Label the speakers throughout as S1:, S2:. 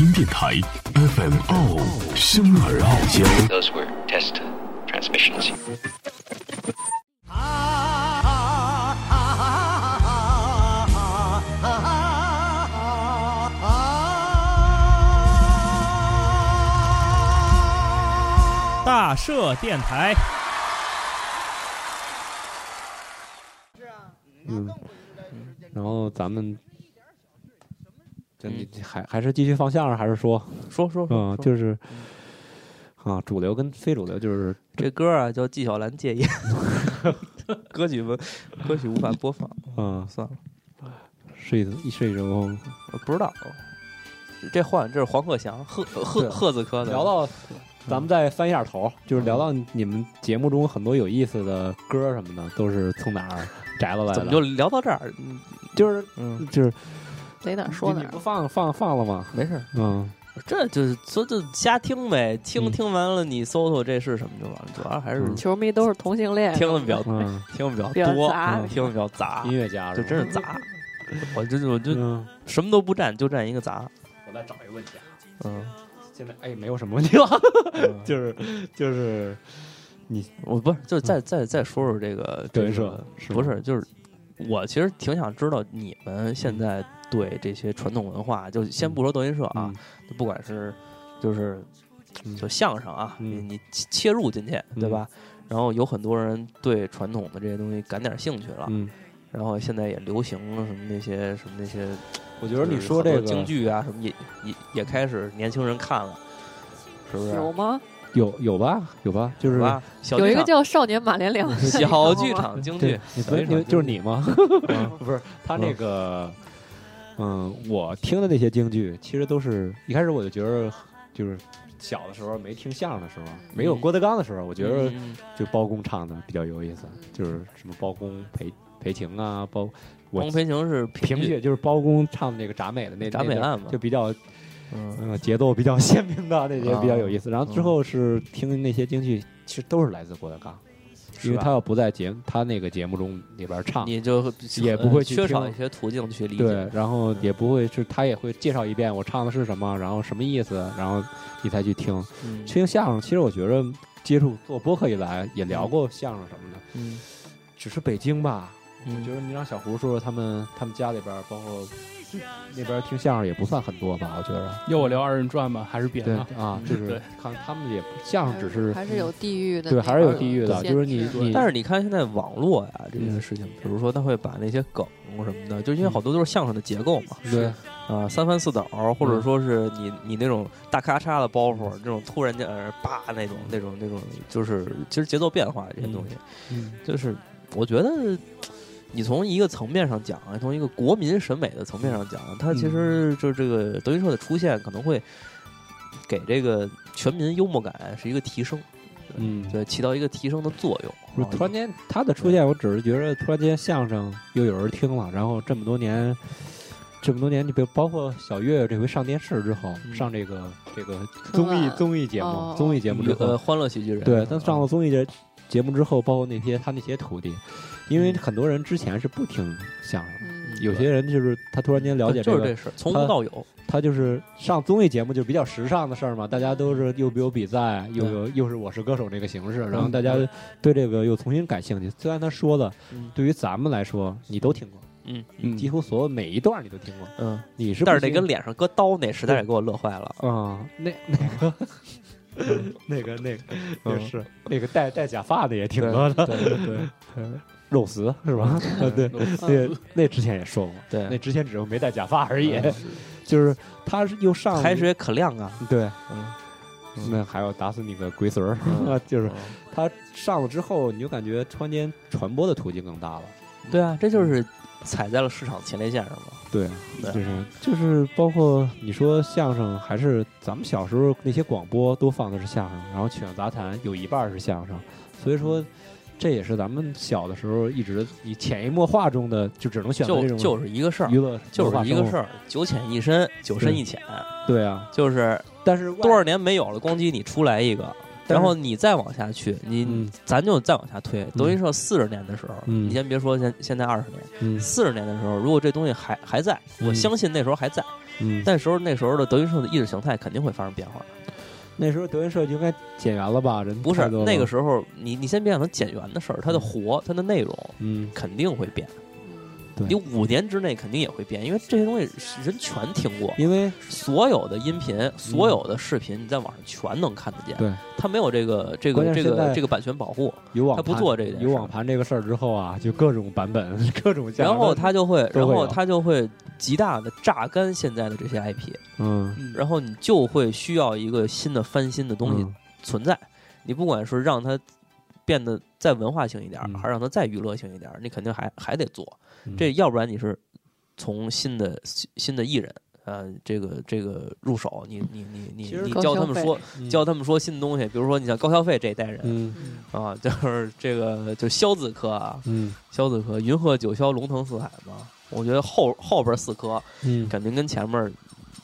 S1: 音电台 FMO 生而傲娇。
S2: Those were test transmissions.
S3: 大社电台，
S4: 嗯，然后咱们，这你还还是继续放相声，还是说，
S5: 说说说，
S4: 嗯，
S5: 说
S4: 就是，啊，主流跟非主流就是
S5: 这歌啊叫《纪晓岚 戒烟》，歌曲不，歌曲无法播放，
S4: 啊，
S5: 算了，
S4: 是一是一种
S5: 我不知道。这换这是黄鹤翔，鹤
S4: 对
S5: 鹤鹤字科的。
S4: 聊到，咱们再翻一下头，就是聊到你们节目中很多有意思的歌什么的，都是从哪儿摘了来的？
S5: 怎么就聊到这儿？嗯
S4: 就是
S5: 嗯，
S4: 就是
S6: 哪哪说
S4: 你
S6: 哪
S4: 你
S6: 儿
S4: 不，放放放了吗？
S5: 没事儿，
S4: 嗯，
S5: 这就是说就瞎听呗，听
S4: 嗯
S5: 听完了你搜搜这是什么就完了，主要还是
S4: 嗯
S6: 球迷都是同性恋，
S5: 听的比较
S4: 嗯，
S5: 听的比
S6: 比
S5: 较
S6: 较
S5: 多，
S6: 杂
S5: 嗯听的比较杂
S4: 音，乐家
S5: 就真是杂。我就我就
S4: 嗯，
S5: 什么都不占，就占一个杂。
S4: 我再找一个问题啊，
S5: 嗯，
S4: 现在哎没有什么问题了，
S5: 嗯
S4: 就是就是
S5: 我不是，就是
S4: 嗯
S5: 再再再说说这个
S4: 德
S5: 这
S4: 云
S5: 个
S4: 社是吗
S5: 不是就是我其实挺想知道你们现在对这些传统文化，就先不说德云社啊，
S4: 嗯嗯
S5: 就不管是就是
S4: 嗯
S5: 就相声啊，
S4: 嗯
S5: 你你切切入进去对吧？然后有很多人对传统的这些东西感点兴趣了，
S4: 嗯，
S5: 然后现在也流行了什么那些什么那些，
S4: 我觉
S5: 比
S4: 得你说这个
S5: 京剧啊什么也也也开始年轻人看了，是不是？
S6: 有吗？
S4: 有有吧，有吧，就是
S5: 是吧？小
S6: 有
S5: 剧
S6: 一个
S5: 场
S6: 叫《少年马连 良》的，你看过
S5: 小
S6: 吗
S5: 剧，场京剧
S4: 对，，你
S5: 小
S4: 不
S5: 剧
S4: 是就
S5: 场
S4: 是
S5: 京剧
S4: 你吗？ 不是他那个，嗯，我听的那些京剧，其实都是一开始我就觉得，就是小的时候没听相声的时候，没有郭德纲的时候，我觉得
S5: 嗯
S4: 就包公唱的比较有意思，就是什么包公裴裴情啊，包我
S5: 黄培行是
S4: 评
S5: 剧，
S4: 剧，就是包公唱的那个铡美的那
S5: 铡美
S4: 那段
S5: 案嘛
S4: 就比较
S5: 嗯，
S4: 嗯，节奏比较 鲜明的那些
S5: 啊
S4: 比较有意思。然后之
S5: 嗯
S4: 后是听那些京剧，其实都是来自郭德纲，因为
S5: 吧
S4: 他要不在节他那个节目中里边唱，
S5: 你就
S4: 也不会去
S5: 缺少
S4: 听
S5: 一些途径去理
S4: 对
S5: 解，，
S4: 然后也不会是他也会介绍一遍我唱的是什么，然后什么意思，然后你才去听。
S5: 嗯
S4: 听相声，其实我觉得接触做播客以来也聊过相声什么的，
S5: 嗯
S4: 只是北京吧，我觉
S5: 嗯
S4: 得你让小胡说说他们他们家里边儿，包括那边儿听相声也不算很多吧，我觉得。
S7: 要我聊二人转吗？还是别
S4: 对
S7: 的？
S4: 啊，就是
S7: 对
S4: 看他们也不相声只是
S6: 还是有地域的那
S4: 对，
S6: 个，
S4: 还是有地域的，
S6: 限
S4: 就是你
S6: 制
S4: 你，
S5: 但是你看现在网络呀这
S4: 嗯
S5: 件事情，比如说他会把那些梗什么的，就因为好多都是相声的结构嘛，
S4: 对
S5: 啊，三翻四倒，或
S4: 嗯
S5: 者说是你你那种大咔嚓的包袱，这种突然间呃叭那种那种那种，就是其实节奏变化这些东西，
S4: 嗯
S5: 就是我觉得。你从一个层面上讲，啊从一个国民审美的层面上讲，啊它其
S4: 嗯
S5: 实就这个德云社的出现可能会给这个全民幽默感是一个提升，
S4: 嗯，
S5: 对，起到一个提升的作用。啊
S7: 嗯
S4: 不是突然间他的出现，我只是觉得突然间相声又有人听了，然后这么多年，这么多年，你别包括小岳岳这回上电视之后，
S5: 嗯
S4: 上这个这个
S6: 春
S4: 综艺
S6: 晚
S4: 综艺节目
S6: 哦
S4: 综艺节目之后，
S5: 呃，欢乐喜剧人
S4: 对，他上了综艺节节目之后，包括那些他那些徒弟，因
S5: 嗯
S4: 为很多人之前是不听相声的，
S6: 嗯
S4: 有些人就是他突然间了解
S5: 啊
S4: 这
S5: 就是
S4: 个
S5: 这事儿，从无到有，
S4: 他就是上综艺节目就比较时尚的事儿嘛，大家都是又有比赛，又有又是我是歌手这个形式，然后大家对这个又重新感兴趣。虽然他说的
S5: 嗯，
S4: 对于咱们来说，你都听过，
S5: 嗯
S7: 嗯
S4: 几乎所有每一段你都听过，
S5: 嗯，
S4: 你是不
S5: 但是那
S4: 信
S5: 个脸上搁刀那实在是给我乐坏了。
S4: 啊， 那那个那个那个也是那个戴戴假发的也挺多的，
S5: 嗯对 对嗯
S4: 肉丝是吧？啊， 对，那那之前也说过，那
S5: 对
S4: 之前只是没戴假发而已
S5: 嗯，
S4: 就是他是又上
S5: 对，
S4: 了
S5: 海水可亮啊，
S4: 对。
S5: 嗯
S4: 那还要打死你个龟孙儿，
S5: 嗯
S4: 就是他上了之后，你就感觉突然间传播的途径更大了。
S5: 对啊，这就是踩在了市场前列腺上嘛。
S4: 对，
S5: 对
S4: 就是就是包括你说相声，还是咱们小时候那些广播都放的是相声，然后曲苑杂谈有一半儿是相声，所以
S5: 嗯
S4: 说这也是咱们小的时候一直你潜移默化中的，就只能选择
S5: 就
S4: 这种
S5: 就是一个事儿
S4: 娱，乐，
S5: 就是一个事
S4: 儿。
S5: 儿，九浅一深，九深一浅，
S4: 对啊，
S5: 就是
S4: 但是
S5: 多少年没有了，咣叽你出来一个。
S4: 但是
S5: 然后你再往下去，你、
S4: 嗯
S5: 咱就再往下推。德云社四十年的时候，
S4: 嗯
S5: 你先别说现现在二十年，
S4: 嗯
S5: 四十年的时候，如果这东西还还在，我
S4: 嗯
S5: 相信那时候还在，
S4: 嗯，
S5: 但时候那时候的德云社的意识形态肯定会发生变化的。
S4: 那时候德云社就应该减员了吧？人
S5: 不
S4: 太
S5: 是
S4: 多了
S5: 那个时候，你你先别想它减员的事儿，它的活、它的内容
S4: 嗯，
S5: 肯定会变。
S6: 嗯
S4: 对
S5: 你五年之内肯定也会变，因为这些东西人全听过，
S4: 因为
S5: 所有的音频、所有的视频，你在网上全能看得见。
S4: 对，
S5: 它没有这个这
S4: 关
S5: 个
S4: 键
S5: 这
S4: 现在
S5: 个这个版权保护，
S4: 有网
S5: 他不
S4: 盘
S5: 做这件
S4: 有
S5: 事
S4: 网
S5: 儿
S4: 盘这个事儿之后啊，就各种版本、 各种相
S5: 然
S4: 声。
S5: 后他就会，
S4: 都
S5: 然
S4: 会
S5: 后
S4: 有
S5: 他就会极大的榨干现在的这些 IP，
S4: 嗯，
S3: 嗯
S5: 然后你就会需要一个新的翻新的东西
S4: 嗯
S5: 存在。你不管是让它变得再文化性一点儿，
S4: 嗯
S5: 还是让它再娱乐性一点儿，你肯定还还得做。
S4: 嗯
S5: 这要不然你是从新的新新的艺人。呃，这个这个入手，你你你你
S4: 其实
S5: 你
S6: 高
S5: 教
S6: 消
S5: 他们
S6: 费
S5: 说教他们说新的东西，比如说你像高消费这一代人、
S4: 嗯
S5: 啊，就是这个就肖子科啊，
S4: 嗯
S5: 肖子科云鹤九霄龙腾四海嘛，我觉得后后边四科
S4: 嗯，
S5: 肯定跟前面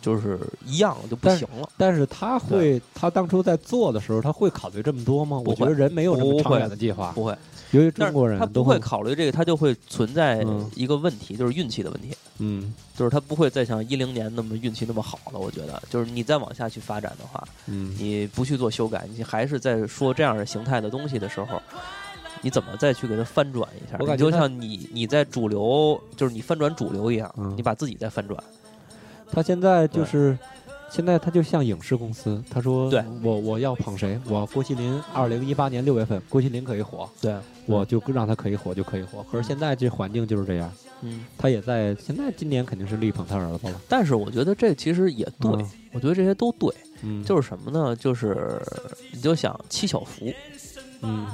S5: 就是一样就不行了，
S4: 但是他会，他当初在做的时候，他会考虑这么多吗？我
S5: 不
S4: 觉
S5: 会
S4: 得人没有这么
S5: 不
S4: 长
S5: 会
S4: 远的计划，
S5: 不会，
S4: 由于
S5: 但
S4: 中国
S5: 是
S4: 人
S5: 他
S4: 都
S5: 不会考虑这个，他就会存在
S4: 嗯
S5: 一个问题，就是运气的问题。
S4: 嗯
S5: 就是他不会再像一零年那么运气那么好了，我觉得，就是你再往下去发展的话，
S4: 嗯
S5: 你不去做修改，你还是在说这样的形态的东西的时候，你怎么再去给它翻转一下？
S4: 我感
S5: 你
S4: 觉
S5: 就
S4: 它
S5: 像你你在主流，就是你翻转主流一样，
S4: 嗯
S5: 你把自己再翻转。
S4: 他现在就是。现在他就像影视公司，他说：“
S5: 对
S4: 我我要捧谁？我郭麒麟，二零一八年六月份，郭麒麟可以火，
S5: 对，
S4: 我就让他可以火就可以火。可是现在这环境就是这样，
S5: 嗯。
S4: 他也在现在今年肯定是力捧他儿子了，
S5: 但是我觉得这其实也对，
S4: 嗯
S5: 我觉得这些都对。
S4: 嗯，
S5: 就是什么呢？就是你就想七小福，
S4: 嗯，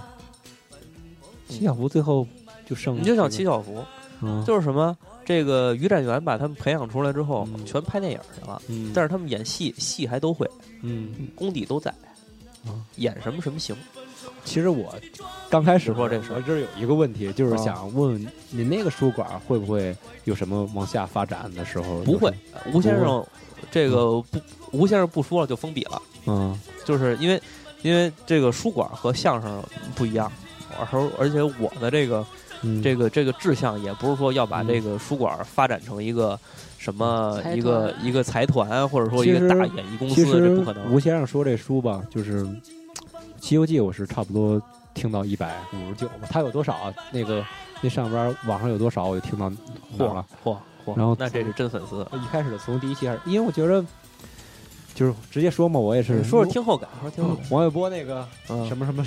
S4: 七小福最后就剩
S5: 你就想
S4: 这
S5: 七
S4: 个，
S5: 小福，
S4: 嗯，
S5: 就是什么？这个于占元把他们培养出来之后，
S4: 嗯
S5: 全拍电影去了。
S4: 嗯，
S5: 但是他们演戏，戏还都会，
S4: 嗯，
S5: 功底都在
S4: 嗯，
S5: 演什么什么行。
S4: 其实我刚开始
S5: 直播这事儿
S4: 我这儿有一个问题，就是
S5: 啊
S4: 想问问您那个书馆会不会有什么往下发展的时候？
S5: 不会，吴先
S4: 不
S5: 生，这个不，吴先生不说了就封笔了，
S4: 嗯，
S5: 就是因为因为这个书馆和相声不一样，而而且我的这个
S4: 嗯，
S5: 这个这个志向也不是说要把
S4: 嗯
S5: 这个书馆发展成一个什么
S6: 财团
S5: 一个一个财团，或者说
S4: 其
S5: 一个大
S4: 实
S5: 演艺公
S4: 其
S5: 司，
S4: 实
S5: 这不可能
S4: 吴。先生说这书吧，就是《西游记》，我是差不多听到一百五十九吧，它有多少啊？那个那上边儿网上有多少，我就听到
S5: 嗯
S4: 哪儿
S5: 嚯
S4: 了。
S5: 嚯嚯！
S4: 啊然后
S5: 那这是真粉丝。
S4: 我一开始从第一期开始，因为我觉得就是直接说嘛，我也是
S5: 嗯
S4: 嗯
S5: 说说听后感，说听后感。
S4: 王玥波那个
S5: 嗯
S4: 什么什么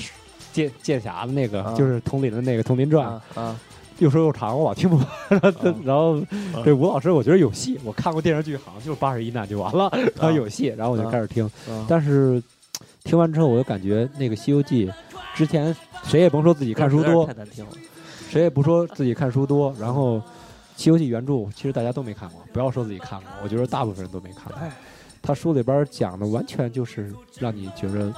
S4: 剑剑侠的那个，
S5: 啊
S4: 就是佟林的那个《佟林传》
S5: 啊啊！
S4: 又说又长，我老听不完。然
S5: 嗯
S4: 后 然后这吴老师，我觉得有戏，我看过电视剧，好像就是八十一难就完了，
S5: 嗯
S4: 然后有戏，然后我就开始听。
S5: 啊
S4: 但是听完之后，我就感觉那个《西游记》之前谁也甭说自己看书
S5: 有点
S4: 多
S5: 太，难听了。
S4: 谁也不说自己看书多，然后《西游记》原著其实大家都没看过，不要说自己看过，我觉得大部分人都没看过
S5: 哎。
S4: 他书里边讲的完全就是让你觉着，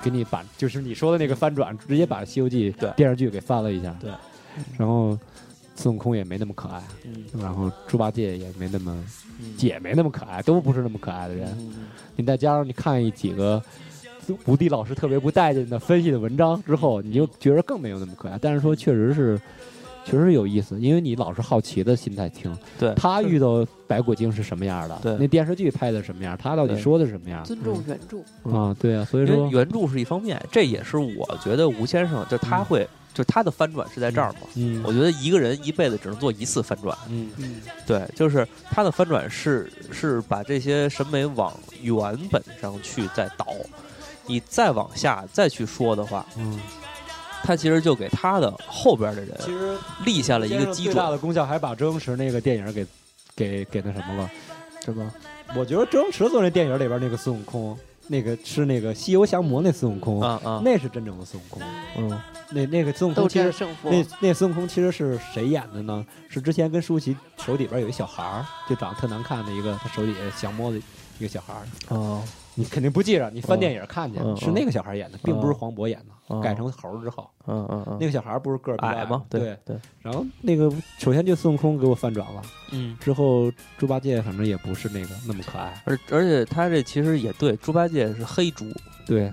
S4: 给你把就是你说的那个翻转，直接把《西游记
S5: 对》
S4: 电视剧给翻了一下。
S5: 对，
S4: 然后孙悟空也没那么可爱，
S5: 嗯
S4: 然后猪八戒也没那么
S5: 嗯
S4: 也没那么可爱，都不是那么可爱的人。
S5: 嗯嗯
S4: 你再加上你看一几个吴迪老师特别不待见的分析的文章之后，你就觉得更没有那么可爱。但是说确实是，确实有意思，因为你老是好奇的心态听
S5: 对
S4: 他遇到白骨精是什么样的，
S5: 对
S4: 那电视剧拍的什么样，他到底
S5: 对
S4: 说的什么样
S6: 尊重原著，
S4: 啊？对啊，所以
S5: 因
S4: 说
S5: 为，原著是一方面，这也是我觉得吴先生就他会，就他的翻转是在这儿嘛。
S4: 嗯
S5: 我觉得一个人一辈子只能做一次翻转，
S4: 嗯
S3: 嗯
S5: 对，就是他的翻转是是把这些审美往原本上去再倒，你再往下再去说的话，
S4: 嗯，
S5: 他其实就给他的后边的人
S4: 实
S5: 立下了一个基
S4: 最大
S5: 准，
S4: 的功效还把周星驰那个电影给给给那什么了。
S5: 是吗？
S4: 我觉得周星驰做那电影里边那个孙悟空，那个是那个《西游降魔》那孙悟空，
S5: 啊啊，
S4: 那是真正的孙悟空。
S5: 嗯
S4: 那那个孙悟空
S6: 斗
S4: 其
S6: 战
S4: 实
S6: 胜佛，
S4: 那那孙悟空其实是谁演的呢？是之前跟舒淇手里边有一小孩儿，就长得特难看的一个，他手底下降魔的一个小孩儿，
S5: 哦
S4: 你肯定不记着，你翻电影看去，
S5: 嗯嗯
S4: 是那个小孩儿演的，并不是黄渤演的，
S5: 嗯
S4: 改成猴儿之后，
S5: 嗯嗯嗯，
S4: 那个小孩儿不是个儿比较
S5: 矮嘛，
S4: 对。
S5: 对，
S4: 然后那个首先就孙悟空给我翻转了，
S5: 嗯。
S4: 之后猪八戒反正也不是那个那么可爱，
S5: 而而且他这其实也对，猪八戒是黑猪，
S4: 对，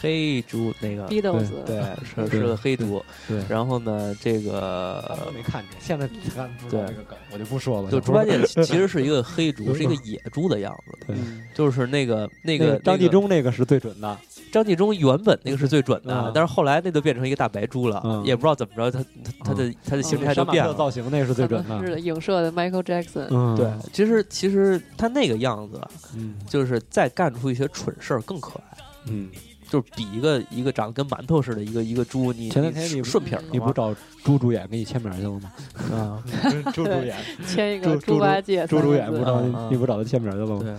S5: 黑猪那
S4: 嗯
S5: 个，
S6: Beatles，
S4: 对
S5: 对，
S4: 对
S5: 是是个黑猪。
S4: 对，
S5: 然后呢，这
S4: 当时
S5: 个
S4: 没看见，现在看不知道这
S5: 对
S4: 个梗，我就不说了。
S5: 就
S4: 不
S5: 猪
S4: 是
S5: 八戒其实是一个黑猪，是一个野猪的样子，
S4: 对
S5: 就是那个那
S4: 那
S5: 个
S4: 张
S5: 那个
S4: 纪中那个是最准的，
S5: 张纪中原本那个是最准的
S4: 嗯，
S5: 但是后来那就变成一个大白猪了，
S4: 嗯
S5: 也不知道怎么着，他他他的他的形
S4: 那
S5: 态就
S4: 杀马
S5: 变
S4: 特
S5: 了。
S4: 造型那是最准
S6: 可能
S4: 的。
S6: 是影射的 Michael Jackson，
S4: 嗯，
S5: 对，其实其实他那个样子，
S4: 嗯
S5: 就是再干出一些蠢事儿更可爱，
S4: 嗯，
S5: 就是比一个一个长得跟馒头似的一个一个猪，你
S4: 前两天你
S5: 你顺撇儿了
S4: 你不
S5: 吗
S4: 找朱主演给你签名去了吗？
S5: 啊？
S4: 朱
S6: 主
S4: 演，
S6: 签一个
S4: 嗯猪
S6: 猪八戒
S4: 朱
S6: 三
S4: 主
S6: 个
S4: 演不
S6: 字
S4: 找
S5: 嗯
S4: 你不找他签名去了吗？
S5: 对，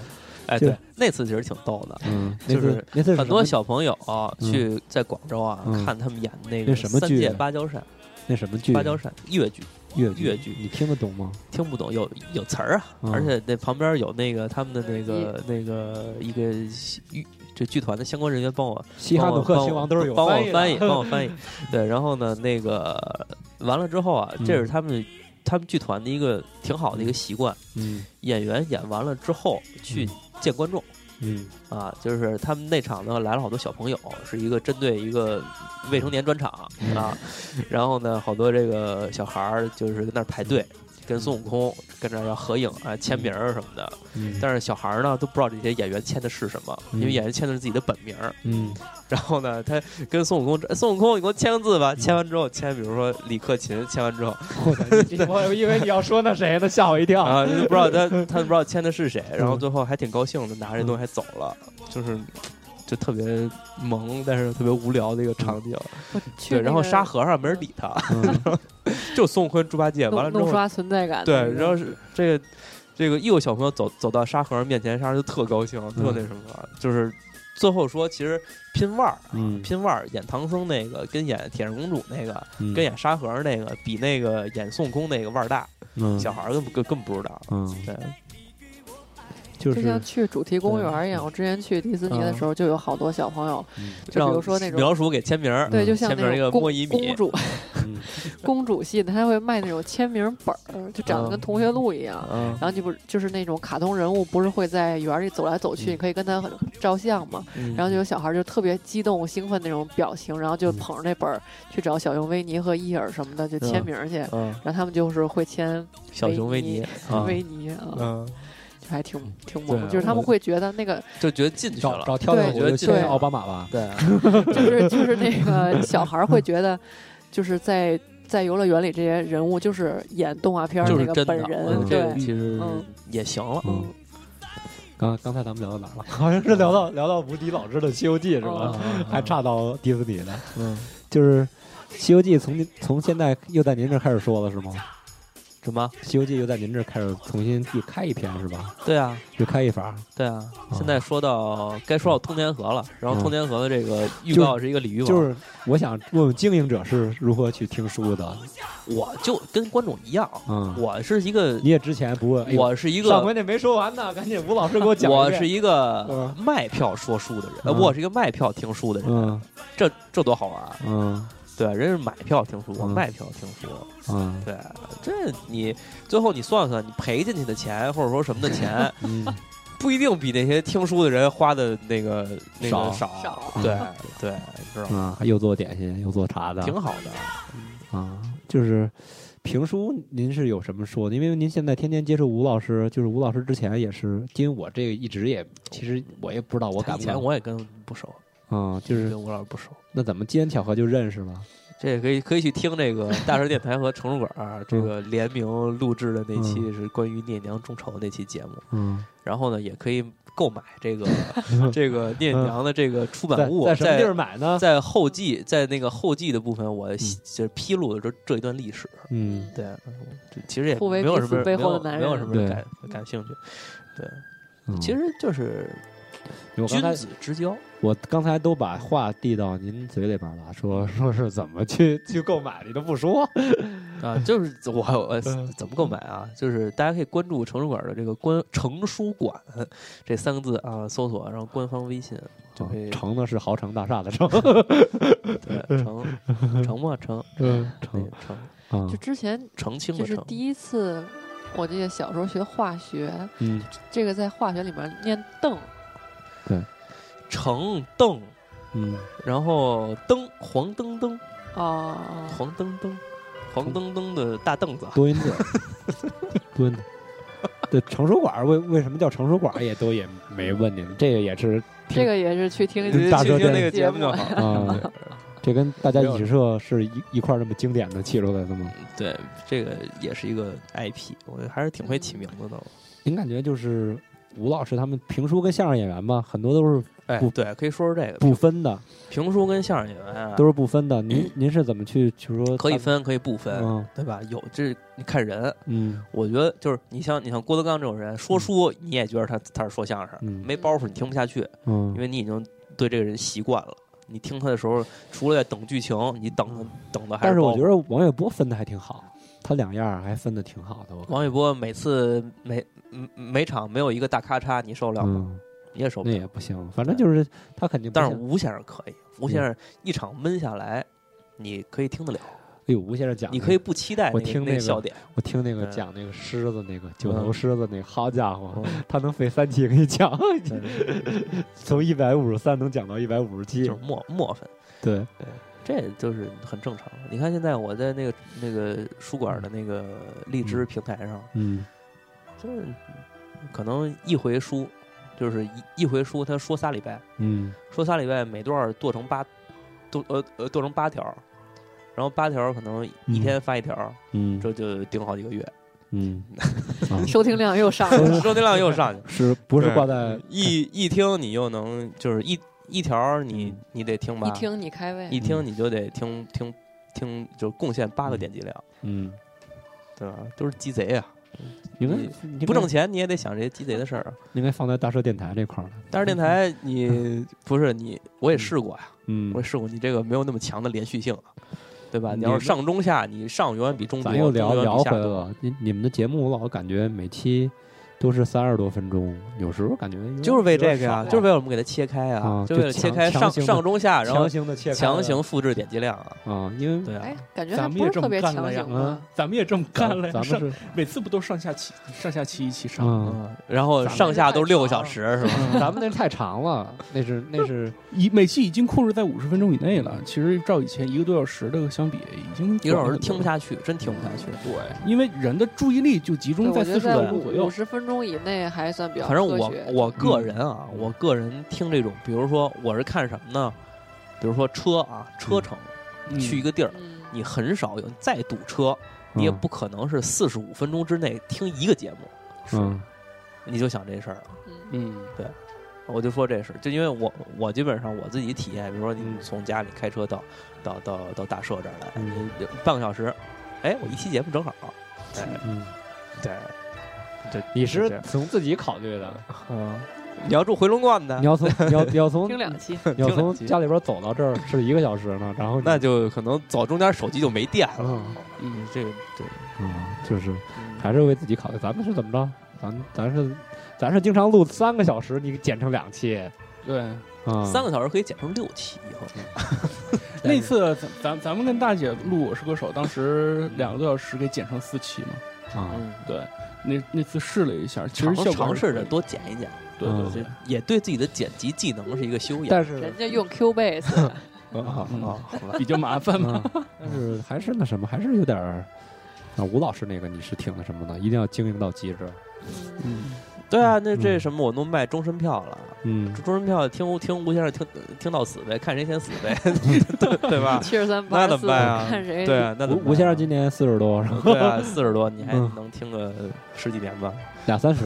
S5: 哎
S4: 嗯就
S5: 对，那次其实挺逗的。
S4: 嗯，
S5: 就
S4: 那
S5: 是
S4: 次那次是
S5: 很多
S4: 什么
S5: 小朋友啊
S4: 嗯
S5: 去在广州啊
S4: 嗯
S5: 看他们演那
S4: 那
S5: 个
S4: 什么
S5: 三
S4: 剧
S5: 界
S4: 啊嗯
S5: 芭蕉扇，
S4: 那什么剧
S5: 芭蕉扇越剧，
S4: 越
S5: 越剧
S4: 你听得懂吗？
S5: 听不懂有有词儿啊，
S4: 嗯
S5: 而且那旁边有那个他们的那个那个一个剧这剧团的相关人员帮我
S4: 西哈努克
S5: 帮我
S4: 亲王都是有
S5: 帮我
S4: 译
S5: 翻
S4: 翻
S5: 译，帮 我翻译。对，然后呢，那个完了之后啊，
S4: 嗯
S5: 这是他们他们剧团的一个挺好的一个习惯，
S4: 嗯
S5: 演员演完了之后去
S4: 嗯
S5: 见观众。
S4: 嗯
S5: 啊，就是他们那场呢来了好多小朋友，是一个针对一个未成年专场啊，然后呢，好多这个小孩儿就是跟那儿排队，
S4: 嗯
S5: 跟孙悟空跟那儿要合影啊、签名儿什么的。
S4: 嗯，
S5: 但是小孩儿呢都不知道这些演员签的是什么，因为
S4: 嗯
S5: 演员签的是自己的本名儿。
S4: 嗯
S5: 然后呢，他跟孙悟空说，孙悟空，你给我签个字吧。签完之后，签比如说李克勤，签完之后，
S4: 嗯我操你 这我以为你要说那谁呢，吓我一跳嗯
S5: 啊，就不知道他 他不知道签的是谁，然后最后还挺高兴的，拿着这东西还走了，就是就特别萌，但是特别无聊的一个场景。
S4: 嗯
S6: 我去
S5: 对，
S6: 那
S5: 然后
S6: 个
S5: 沙和尚没人理他， 就孙悟空、猪八戒，
S6: 弄
S5: 完了之
S6: 弄
S5: 后，
S6: 刷嗯存在感
S5: 对
S6: 的那，
S5: 然后
S6: 种，
S5: 是这个这个一有小朋友走走到沙和尚面前，沙和尚就特高兴，
S4: 嗯
S5: 特那什么，就是最后说，其实拼腕儿啊。
S4: 嗯
S5: 拼腕儿演唐僧那个，跟演铁扇公主那个，
S4: 嗯
S5: 跟演沙和尚那个，比那个演孙悟空那个腕儿大，
S4: 嗯
S5: 小孩儿根本根本不知道。
S4: 嗯
S5: 对，
S4: 就
S6: 就是像去主题公
S4: 对
S6: 园儿一样。我之前去迪士尼的时候，就有好多小朋友，
S4: 嗯
S6: 就比如说那
S5: 米
S6: 种
S5: 老鼠给签名儿，
S6: 对，
S4: 嗯
S6: 就像
S5: 前面
S6: 那
S5: 那个
S6: 种公
S5: 摸一米
S6: 公主
S4: 嗯
S6: 公主系的，他会卖那种签名本儿，就长得跟
S5: 嗯
S6: 同学录一样。
S5: 嗯，
S6: 然后你不是就是那种卡通人物，不是会在园儿里走来走
S5: 嗯
S6: 去，你可以跟他照相嘛。然后就有小孩儿就特别激动、兴奋那种表情，然后就
S4: 嗯
S6: 捧着那本儿去找小熊维尼和伊尔什么的就签
S5: 嗯
S6: 名儿去。
S5: 嗯，
S6: 然后他们就是会签
S5: 小熊维尼啊，
S6: 维尼啊，
S5: 嗯，
S6: 还挺挺萌，
S4: 对
S6: 就是他们
S4: 我
S6: 会觉得那个
S5: 就觉得进去
S4: 找
S5: 了，
S4: 找跳跳
S6: 对
S4: 舞就
S5: 觉得
S4: 签奥巴马吧，
S5: 对，
S6: 就是就是那个小孩儿会觉得，就是在在游乐园里这些人物就是演动画片儿
S5: 就是
S6: 那个
S5: 真
S6: 本
S5: 的，
S6: 人，
S5: 嗯这个
S6: 对，
S5: 其实
S6: 嗯
S5: 也行了，
S4: 嗯。刚刚才咱们聊到哪儿了？ 好像是聊到聊到无敌老师的《西游记》是吧？
S5: 嗯
S4: 还，差到迪士尼呢。
S5: 嗯，
S4: 就是《西游记》从您从现在又在您这开始说了是吗？
S5: 什么？
S4: 《西游记》又在您这开始重新又开一篇是吧？
S5: 对啊，
S4: 又开一法，
S5: 对啊，现在说到该说到通天河了，然
S4: 嗯
S5: 后通天河的这个预
S4: 就是
S5: 告是一个鲤鱼王，
S4: 就是我想问问经营者是如何去听书的？
S5: 我就跟观众一样，
S4: 嗯，
S5: 我是一个，
S4: 你也之前不问，哎呦
S5: 我是一个
S4: 上回那没说完呢，赶紧吴老师给我讲
S5: 我
S4: 遍
S5: 是一个
S4: 嗯
S5: 卖票说书的人，呃
S4: 嗯
S5: 我是一个卖票听书的人，
S4: 嗯
S5: 这这多好玩啊！
S4: 嗯
S5: 对，人是买票听书，我
S4: 嗯
S5: 卖票听书。
S4: 嗯，
S5: 对，这你最后你算算，你赔进去的钱或者说什么的钱
S4: 嗯，
S5: 不一定比那些听书的人花的那个那
S4: 少
S5: 个少。
S6: 少
S5: 对对，你知道吗？
S4: 啊，又做点心又做茶的，
S5: 挺好的。
S4: 啊，就是评书，您是有什么说的？因为您现在天天接触吴老师，就是吴老师之前也是，因为我这个一直也，其实我也不知道我
S5: 以
S4: 敢不
S5: 前
S4: 敢
S5: 我也跟不熟，
S4: 啊，就是
S5: 跟吴老师不熟。
S4: 那怎么机缘巧合就认识了？
S5: 这也可以可以去听这个大石电台和城市馆儿这个联名录制的那期是关于聂娘众筹那期节目，
S4: 嗯，
S5: 然后呢也可以购买这个这个聂娘的这个出
S4: 在
S5: 版物，
S4: 在什么地儿嗯买呢？
S5: 在后记，在那个后记的部分，我就是披露了这这一段历史。
S4: 嗯
S5: 对，就其实也
S6: 互为
S5: 没有
S6: 彼
S5: 什
S6: 此
S5: 么
S6: 背
S5: 没
S6: 后
S5: 有
S6: 的男
S5: 没有
S6: 人
S5: 什么
S4: 对
S5: 感感兴趣。对，
S4: 嗯，
S5: 其实就是
S4: 我刚
S5: 君
S4: 才
S5: 子之交。
S4: 我刚才都把话递到您嘴里边了，说说是怎么去去购买，你都不说。
S5: 啊，就是我我
S4: 嗯
S5: 怎么购买啊？就是大家可以关注城书馆的这个官城书馆这三个字啊，搜索，然后官方微信就可以。
S4: 城呢是豪城大厦的城，
S5: 对，城城嘛城，
S4: 嗯，
S5: 那
S4: 城
S5: 个城
S4: 啊
S6: 就，之前
S5: 澄清
S6: 就
S5: 的
S6: 是
S5: 澄。
S6: 第一次，我记得小时候学化学，
S4: 嗯，
S6: 这个在化学里面念邓，
S5: 城邓
S4: 嗯，
S5: 然后灯黄澄澄，
S6: 哦，
S5: 黄澄澄，黄澄澄的大凳子啊，
S4: 多音 字，多音字。对，成水管儿为为什么叫成水管儿也哎都也没问你们，这个也是
S6: 这个也是去听
S4: 对嗯大
S5: 去
S4: 舌
S5: 听
S4: 尖
S5: 那个
S6: 节
S5: 节目就 好。
S4: 啊、这跟大家一起社是一一块儿那么经典的砌出来的吗？
S5: 对，这个也是一个 IP，我觉得还是挺会起名字的。
S4: 您感觉就是吴老师他们评书跟相声演员吧，很多都是
S5: 哎
S4: 不，
S5: 对，可以说说这个
S4: 不分的，
S5: 评书跟相声演员啊，
S4: 都是不分的。您您是怎么去就是说
S5: 可以分，可以不分，
S4: 嗯
S5: 对吧？有这你看人，
S4: 嗯
S5: 我觉得就是你像你像郭德纲这种人，说书你也觉得他他是说相声，
S4: 嗯
S5: 没包袱你听不下去，
S4: 嗯
S5: 因为你已经对这个人习惯了。你听他的时候，除了在等剧情，你等的等的还
S4: 但是
S5: 包
S4: 我
S5: 袱
S4: 觉得王玥波分的还挺好，他两样儿还分的挺好的。我
S5: 王玥波每次每嗯每场没有一个大咔嚓，你受得了吗？
S4: 嗯，
S5: 你也受不
S4: 那
S5: 了。
S4: 也不行，反正就是他肯定不
S5: 但
S4: 像。
S5: 是吴先生可以，吴先生一场闷下来，你可以听得了，
S4: 哎呦，吴先生讲，
S5: 你可以，不期待
S4: 我
S5: 那个
S4: 听
S5: 那
S4: 那个
S5: 笑点。
S4: 我听那个
S5: 嗯
S4: 讲那个狮子那个九
S5: 嗯
S4: 头狮子那个，好家伙，他能费三期给 你讲，从一百五十三能讲到一百五十
S5: 就
S4: 七
S5: 是，墨墨粉，
S4: 对，
S5: 这就是很正常。你看现在我在那个那个书馆的那个荔枝平台上，
S4: 嗯
S5: 就是可能一回书，就是一一回书，他说仨礼拜，
S4: 嗯
S5: 说仨礼拜每段剁成八，剁呃呃剁成八条，然后八条可能一天发一条，
S4: 嗯
S5: 这就顶好几个月，
S4: 嗯，
S6: 收听量又上
S4: 嗯
S6: 了，
S5: 收听量 又上去了。
S4: 是不是
S5: 对
S4: 挂在
S5: 一一听你又能就是一一条儿你你得听吧，
S6: 一听你开胃
S5: 一，听你就得听听听，就贡献八个点击量，
S4: 嗯？
S5: 对吧？都是鸡贼啊，
S4: 你们
S5: 你
S4: 你
S5: 不挣
S4: 钱，
S5: 钱你也得想这些鸡贼的事儿啊。
S4: 应该放在大社电台这块儿了。
S5: 但是电台你不是你，我也试过呀，
S4: 嗯
S5: 我也，试过，你这个没有那么强的连续性啊，对吧？
S4: 你
S5: 你要是上中下，你上永远比中多，
S4: 咱又
S5: 中
S4: 聊
S5: 永远
S4: 聊回
S5: 比下
S4: 来
S5: 多
S4: 了。你你们的节目，我老感觉每期都是三十多分钟，有时候感觉有点
S5: 就是为这个呀，
S4: 有点少
S5: 就是为我们给它切开啊
S4: 啊，
S5: 就为了
S4: 嗯就
S5: 切开
S4: 强
S5: 上
S4: 强行
S5: 上
S4: 地
S5: 中下，然后
S4: 强行的切开了
S5: 强行复制点击量啊，
S4: 啊，因为
S5: 对啊
S6: 哎。，感觉还
S7: 咱们
S6: 不
S7: 也
S6: 是
S7: 这
S6: 特
S7: 么
S6: 别
S7: 干
S6: 强
S7: 了呀
S4: 啊
S6: 行吧？
S7: 咱们也这么干了呀，
S4: 咱
S7: 上
S4: 们是
S7: 每次不都上下期上下期一起上？
S4: 嗯，
S5: 嗯，然后
S7: 咱们
S5: 上
S6: 这
S5: 下
S6: 太
S5: 都六个
S6: 长
S5: 小时是吧？
S4: 咱们那太长了，那是那是
S7: 一每期已经控制在五十分钟以内了。其实照以前一个多小时这个相比，已经
S5: 一 个小时听不，下去，真听不下去。对，
S7: 因为人的注意力就集
S6: 对
S7: 中
S6: 我
S7: 在
S6: 觉
S7: 四十
S6: 得在
S7: 分钟
S6: 五
S7: 左
S6: 五
S7: 右。
S6: 十分钟以内还算比较
S5: 反正我
S6: 科学
S5: 我
S4: 嗯
S5: 个人啊，我个人听这种，比如说我是看什么呢？比如说车啊，车程，
S7: 嗯
S5: 去一个地儿，
S6: 嗯
S5: 你很少有，再堵车，你也不可能是四十五分钟之内听一个节目，
S4: 嗯
S5: 你就想这事儿了。
S6: 嗯
S7: 嗯，
S5: 我就说这事儿，就因为我我基本上我自己体验，比如说你
S4: 嗯
S5: 从家里开车到到到到大社这儿来，
S4: 嗯
S5: 你半个小时，哎，我一期节目正好，
S4: 嗯，
S5: 对，
S4: 你是从自己考虑的，
S5: 嗯，你要住回龙观的
S4: 你，要从你要你要从
S6: 听 两期，
S4: 你要
S5: 听
S4: 从
S5: 两集
S4: 家里边走到这儿是一个小时呢，然后你
S5: 那就可能走中间手机就没电了。
S4: 嗯
S5: 嗯，这个对，
S4: 嗯，就是
S5: 嗯
S4: 还是为自己考虑。咱们是怎么着？咱咱是咱是经常录三个小时，你剪成两期
S7: 对。
S4: 啊，
S7: 嗯
S5: 三个小时可以减成六期以后。
S7: 那次咱咱咱们跟大姐录《我是歌手》，当时两个多小时给剪成四期嘛。
S4: 啊，
S5: 嗯，
S7: 对，那那次试了一下，其实
S5: 尝
S7: 效果
S5: 尝
S7: 还是
S5: 试着
S7: 可以
S5: 多减一减，
S7: 对
S4: 嗯
S7: 对
S5: 这
S7: 对，
S5: 也对自己的剪辑技能是一个修养。
S4: 但是
S6: 人家用 Q base，
S4: 啊
S7: 嗯
S5: 啊，好吧，
S7: 比较麻烦 嘛。
S4: 嗯，但是还是那什么，还是有点儿。啊，吴老师那个你是挺那什么的，一定要经营到极致。
S7: 嗯，
S5: 对啊，那这什么我都卖终身票了。
S4: 嗯
S5: 终身票听听吴先生听听到死呗，看谁先死呗， 对对吧？
S6: 七十三八
S5: 那
S6: 十
S5: 怎么
S6: 四，
S5: 办啊？
S6: 看谁
S5: 对啊，那怎么办啊
S4: 吴吴先生今年四十多，然后
S5: 对啊，四十多，你还
S4: 嗯
S5: 能听个十几年吧？
S4: 俩三十，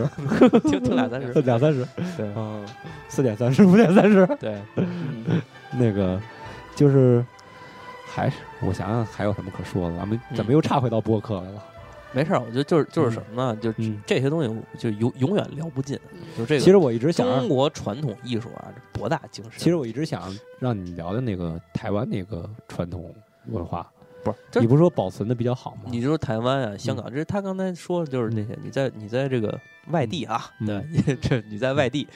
S5: 听听俩 三十，
S4: 俩三十，
S5: 对
S4: 嗯，四点三十，五点三十，
S5: 对，
S7: 嗯
S4: 那个就是还是我想想还有什么可说的，咱们
S5: 嗯
S4: 怎么又岔回到播客来了？
S5: 没事儿，我觉得就是就是什么呢？就
S4: 嗯，
S5: 这些东西就永永远聊不尽，就
S6: 嗯
S5: 这个。
S4: 其实我一直想
S5: 中
S4: 让，
S5: 国传统艺术啊，这博大精深。
S4: 其实我一直想让你聊的那个台湾那个传统文化，
S5: 不是，就
S4: 你
S5: 是
S4: 不是说保存的比较好吗？
S5: 你就说台湾啊、
S4: 嗯
S5: 香港，这是他刚才说的就是那些，你在你在这个外地啊，
S4: 嗯
S5: 对，你这你在外地，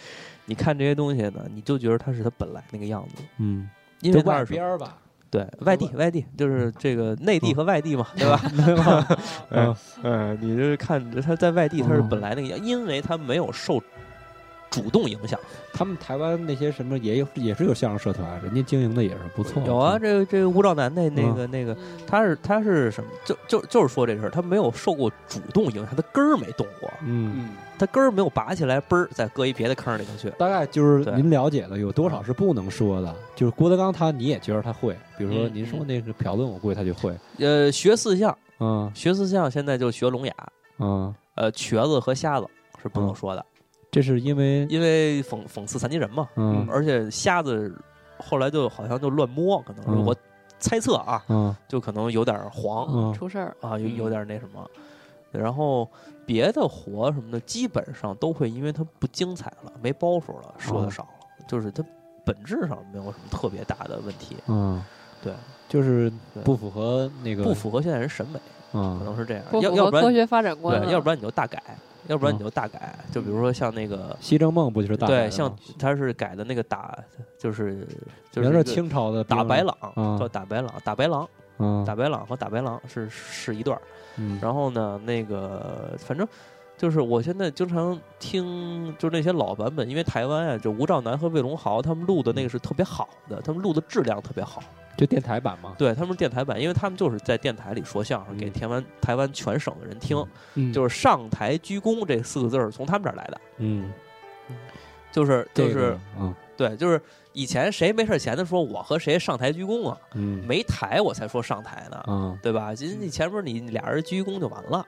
S5: 你看这些东西呢，你就觉得它是它本来那个样子，
S4: 嗯，
S5: 因
S4: 就
S5: 为它
S4: 外
S5: 是什
S4: 边
S5: 么
S4: 儿吧，
S5: 对外地外地就是这个内地和外地 嘛，对吧？ 嗯
S4: 嗯
S5: 嗯，你就是看它在外地它是
S4: 嗯
S5: 本来那个样，因为它没有受主动影响。
S4: 他们台湾那些什么也有也是有相声社团，人家经营的也是不错。嗯
S5: 有啊，这个这个吴兆南那那个那个，
S6: 嗯
S5: 他是他是什么？就就就是说这事儿，他没有受过主动影响，他根儿没动过，
S4: 嗯，
S7: 嗯，
S5: 他根儿没有拔起来，嘣儿再搁一别的坑里头去。
S4: 大概就是
S5: 对
S4: 您了解的有多少是不能说的？就是郭德纲他你也觉得他会，比如说
S5: 嗯
S4: 您说那个朴论，我估计他就会。
S5: 呃，学四项，
S4: 嗯
S5: 学四项，现在就学聋哑，
S4: 嗯，
S5: 呃，瘸子和瞎子是不能
S4: 嗯
S5: 说的，
S4: 这是因为
S5: 因为讽讽刺残疾人嘛。
S4: 嗯
S5: 而且瞎子后来就好像就乱摸，可能是
S4: 嗯
S5: 我猜测啊，
S4: 嗯
S5: 就可能有点儿黄
S4: 嗯
S6: 出事儿了，
S5: 啊，有
S7: 嗯
S5: 有点儿那什么。然后别的活什么的，基本上都会因为它不精彩了，没包袱了，说的
S4: 哦
S5: 少了，就是它本质上没有什么特别大的问题，
S4: 嗯，
S5: 对，
S4: 就是不符合那个
S5: 不符合现在人审美，可
S4: 嗯
S5: 能是这样。
S6: 不
S5: 要
S6: 符
S5: 要
S6: 合
S5: 不
S6: 科
S5: 然
S6: 学发展观啊了。
S5: 对，要不然你就大改，要不然你
S4: 嗯
S5: 就大改。就比如说像那个。
S4: 西征梦不就是大
S5: 对，
S4: 白
S5: 像
S4: 吗
S5: 他是改的那个打，就是就是
S4: 原来
S5: 一
S4: 是
S5: 个
S4: 清朝的
S5: 打白
S4: 了，
S5: 狼，
S4: 嗯
S5: 叫打白狼，打白狼，
S4: 嗯
S5: 打白狼和打白狼是是一对儿。
S4: 嗯
S5: 然后呢，那个反正就是我现在经常听，就是那些老版本，因为台湾啊，就吴兆南和魏龙豪他们录的
S4: 嗯
S5: 那个是特别好的，他们录的质量特别好。
S4: 就电台版嘛，
S5: 对他们是电台版，因为他们就是在电台里说相声，
S4: 嗯
S5: 给台湾台湾全省的人听，
S7: 嗯
S5: 就是上台鞠躬这四个字儿从他们这儿来的，
S4: 嗯，
S5: 就是就
S4: 这
S5: 是
S4: 个嗯
S5: 对，就是以前谁没事闲的说我和谁上台鞠躬啊，
S4: 嗯
S5: 没台我才说上台呢。
S4: 嗯
S5: 对吧？其实你前面你俩人鞠躬就完了。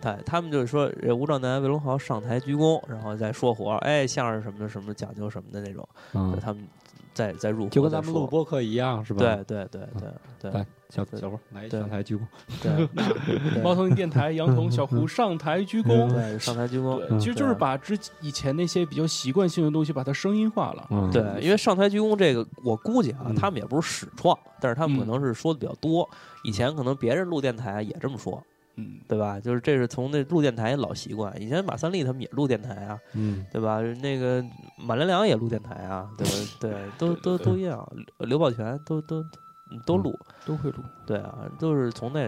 S5: 对，他们就是说，呃吴兆南、魏龙豪上台鞠躬，然后再说活，哎，相声什么的什么讲究什么的那种，
S4: 嗯，
S5: 他们再再入伙
S4: 就跟
S5: 再
S4: 咱们
S5: 说
S4: 录播客一样是吧？嗯
S5: 对对对对对
S4: 来
S5: 对
S4: 小
S5: 对
S4: 小伙儿来一
S5: 对
S4: 上台鞠躬，
S5: 对嗯
S7: 猫头鹰电台，杨彤、小胡上台鞠躬。
S5: 对，上台鞠躬，
S7: 对，其实就是
S5: 嗯对啊
S7: 把之以前那些比较习惯性的东西，把它声音化了。
S4: 嗯
S5: 对，因为上台鞠躬这个，我估计啊，
S4: 嗯
S5: 他们也不是始创，但是他们可
S7: 嗯
S5: 能是说的比较多，以前可能别人录电台也这么说，
S7: 嗯，
S5: 对吧？就是这是从那录电台老习惯，以前马三立他们也录电台啊，
S4: 嗯
S5: 对吧？那个马连良也录电台啊，对吧？ 对，都都都一样，刘刘宝全都都嗯都录，
S7: 都会录。
S5: 对啊，都是从那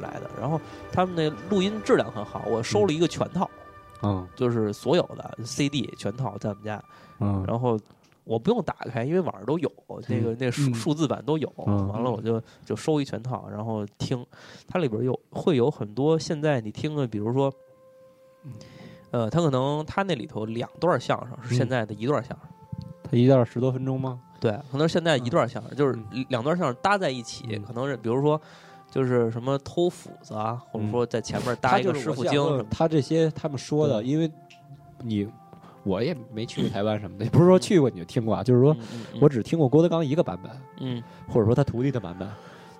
S5: 来的。然后他们那录音质量很好，我收了一个全套，
S4: 嗯
S5: 就是所有的 CD 全套在我们家，
S4: 嗯，
S5: 然后。我不用打开，因为网上都有那个那数
S7: 嗯
S5: 数字版都有。
S4: 嗯
S5: 完了，我就就收一全套，然后听，它里边有会有很多现在你听的，比如说，
S4: 嗯
S5: 呃，它可能它那里头两段相声是现
S4: 嗯
S5: 在的一段相声。
S4: 他一段十多分钟吗？
S5: 对，可能是现在一段相声，就是
S4: 嗯
S5: 两段相声搭在一起，
S4: 嗯
S5: 可能是比如说就是什么偷斧子啊，或者
S4: 嗯
S5: 说在前面搭一个师傅经什么的。
S4: 他这些他们说的，因为你我也没去过台湾什么的，也不是说去过你就听过啊，就是说
S5: 嗯嗯嗯
S4: 我只听过郭德纲一个版本，
S5: 嗯
S4: 或者说他徒弟的版本，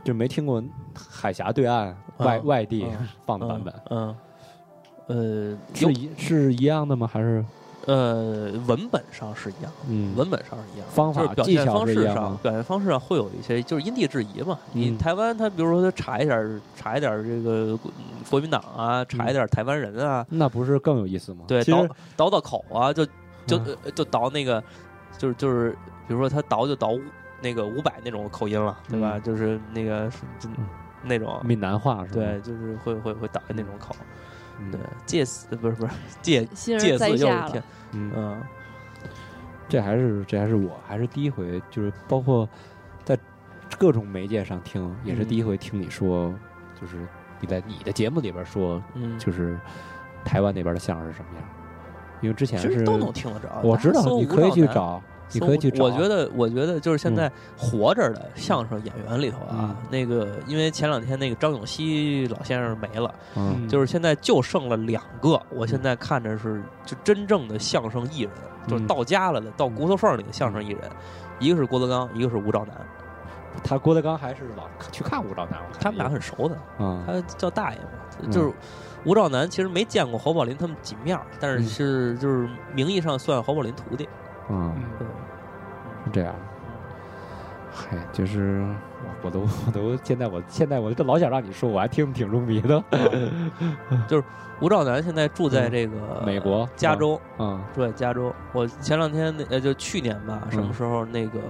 S4: 就没听过海峡对岸外
S5: 嗯
S4: 外地
S5: 嗯
S4: 放的版本，
S5: 嗯嗯呃
S4: 是
S5: 有
S4: 一是一样的吗？还是
S5: 呃文本上是一样，
S4: 嗯
S5: 文本上是一样的，
S4: 方法
S5: 就是表现
S4: 技巧
S5: 方
S4: 是
S5: 式
S4: 一样
S5: 上
S4: 吗，
S5: 表现方式上会有一些就是因地制宜嘛。你
S4: 嗯
S5: 台湾他比如说他查一点儿查一点儿这个国国民党啊，查一点儿台湾人啊，
S4: 那不是更有意思吗？
S5: 对，
S4: 嗯其
S5: 倒
S4: 实
S5: 倒倒口啊，就就、
S4: 嗯
S5: 呃就倒那个，就是就是，比如说他倒就倒那个伍佰那种口音了，对吧？
S4: 嗯
S5: 就是那个是就
S4: 嗯
S5: 那种，
S4: 闽南话是吧？
S5: 对，就是会会会倒那种口，
S4: 嗯
S5: 对，借死呃不是不是借
S6: 新
S5: 借
S6: 人
S5: 死
S6: 在
S5: 又是
S6: 下
S5: 天
S6: 了，，
S4: 嗯，
S5: 嗯
S4: 这还是这还是我还是第一回，就是包括在各种媒介上听，也是
S5: 嗯
S4: 第一回听你说，就是你在你的节目里边说，
S5: 嗯，
S4: 就是台湾那边的相声是什么样，因为之前
S5: 其实
S4: 是
S5: 都能听得着，
S4: 我知道
S5: 大家搜
S4: 你
S5: 吴
S4: 可以
S5: 兆
S4: 去
S5: 南。
S4: 找，你
S5: 搜
S4: 可以
S5: 不
S4: 去找，啊
S5: 我觉得，我觉得就是现在活着的相声演员里头啊，
S4: 嗯
S5: 那个因为前两天那个张永熙老先生没了，
S4: 嗯
S5: 就是现在就剩了两个，我现在看着是就真正的相声艺人，
S4: 嗯
S5: 就是到家了的，到骨头缝里的相声艺人，一个是郭德纲，一个是吴兆南，
S4: 他郭德纲还是往去看吴兆南，我看
S5: 他们俩
S4: 也
S5: 很熟的，
S4: 啊，
S5: 他叫大爷嘛，
S4: 嗯
S5: 就是吴兆南其实没见过侯宝林他们几面儿，但是是就是名义上算侯宝林徒弟，
S4: 嗯，
S7: 嗯，
S5: 对
S4: 是这样，嗨，就是我都我都现在我现在我都老想让你说，我还听得挺入迷的。
S5: 吴兆南现在住在这个
S4: 嗯美国
S5: 加州，
S4: 嗯
S5: 住在加州。我前两天那呃，就去年吧，什么时候那个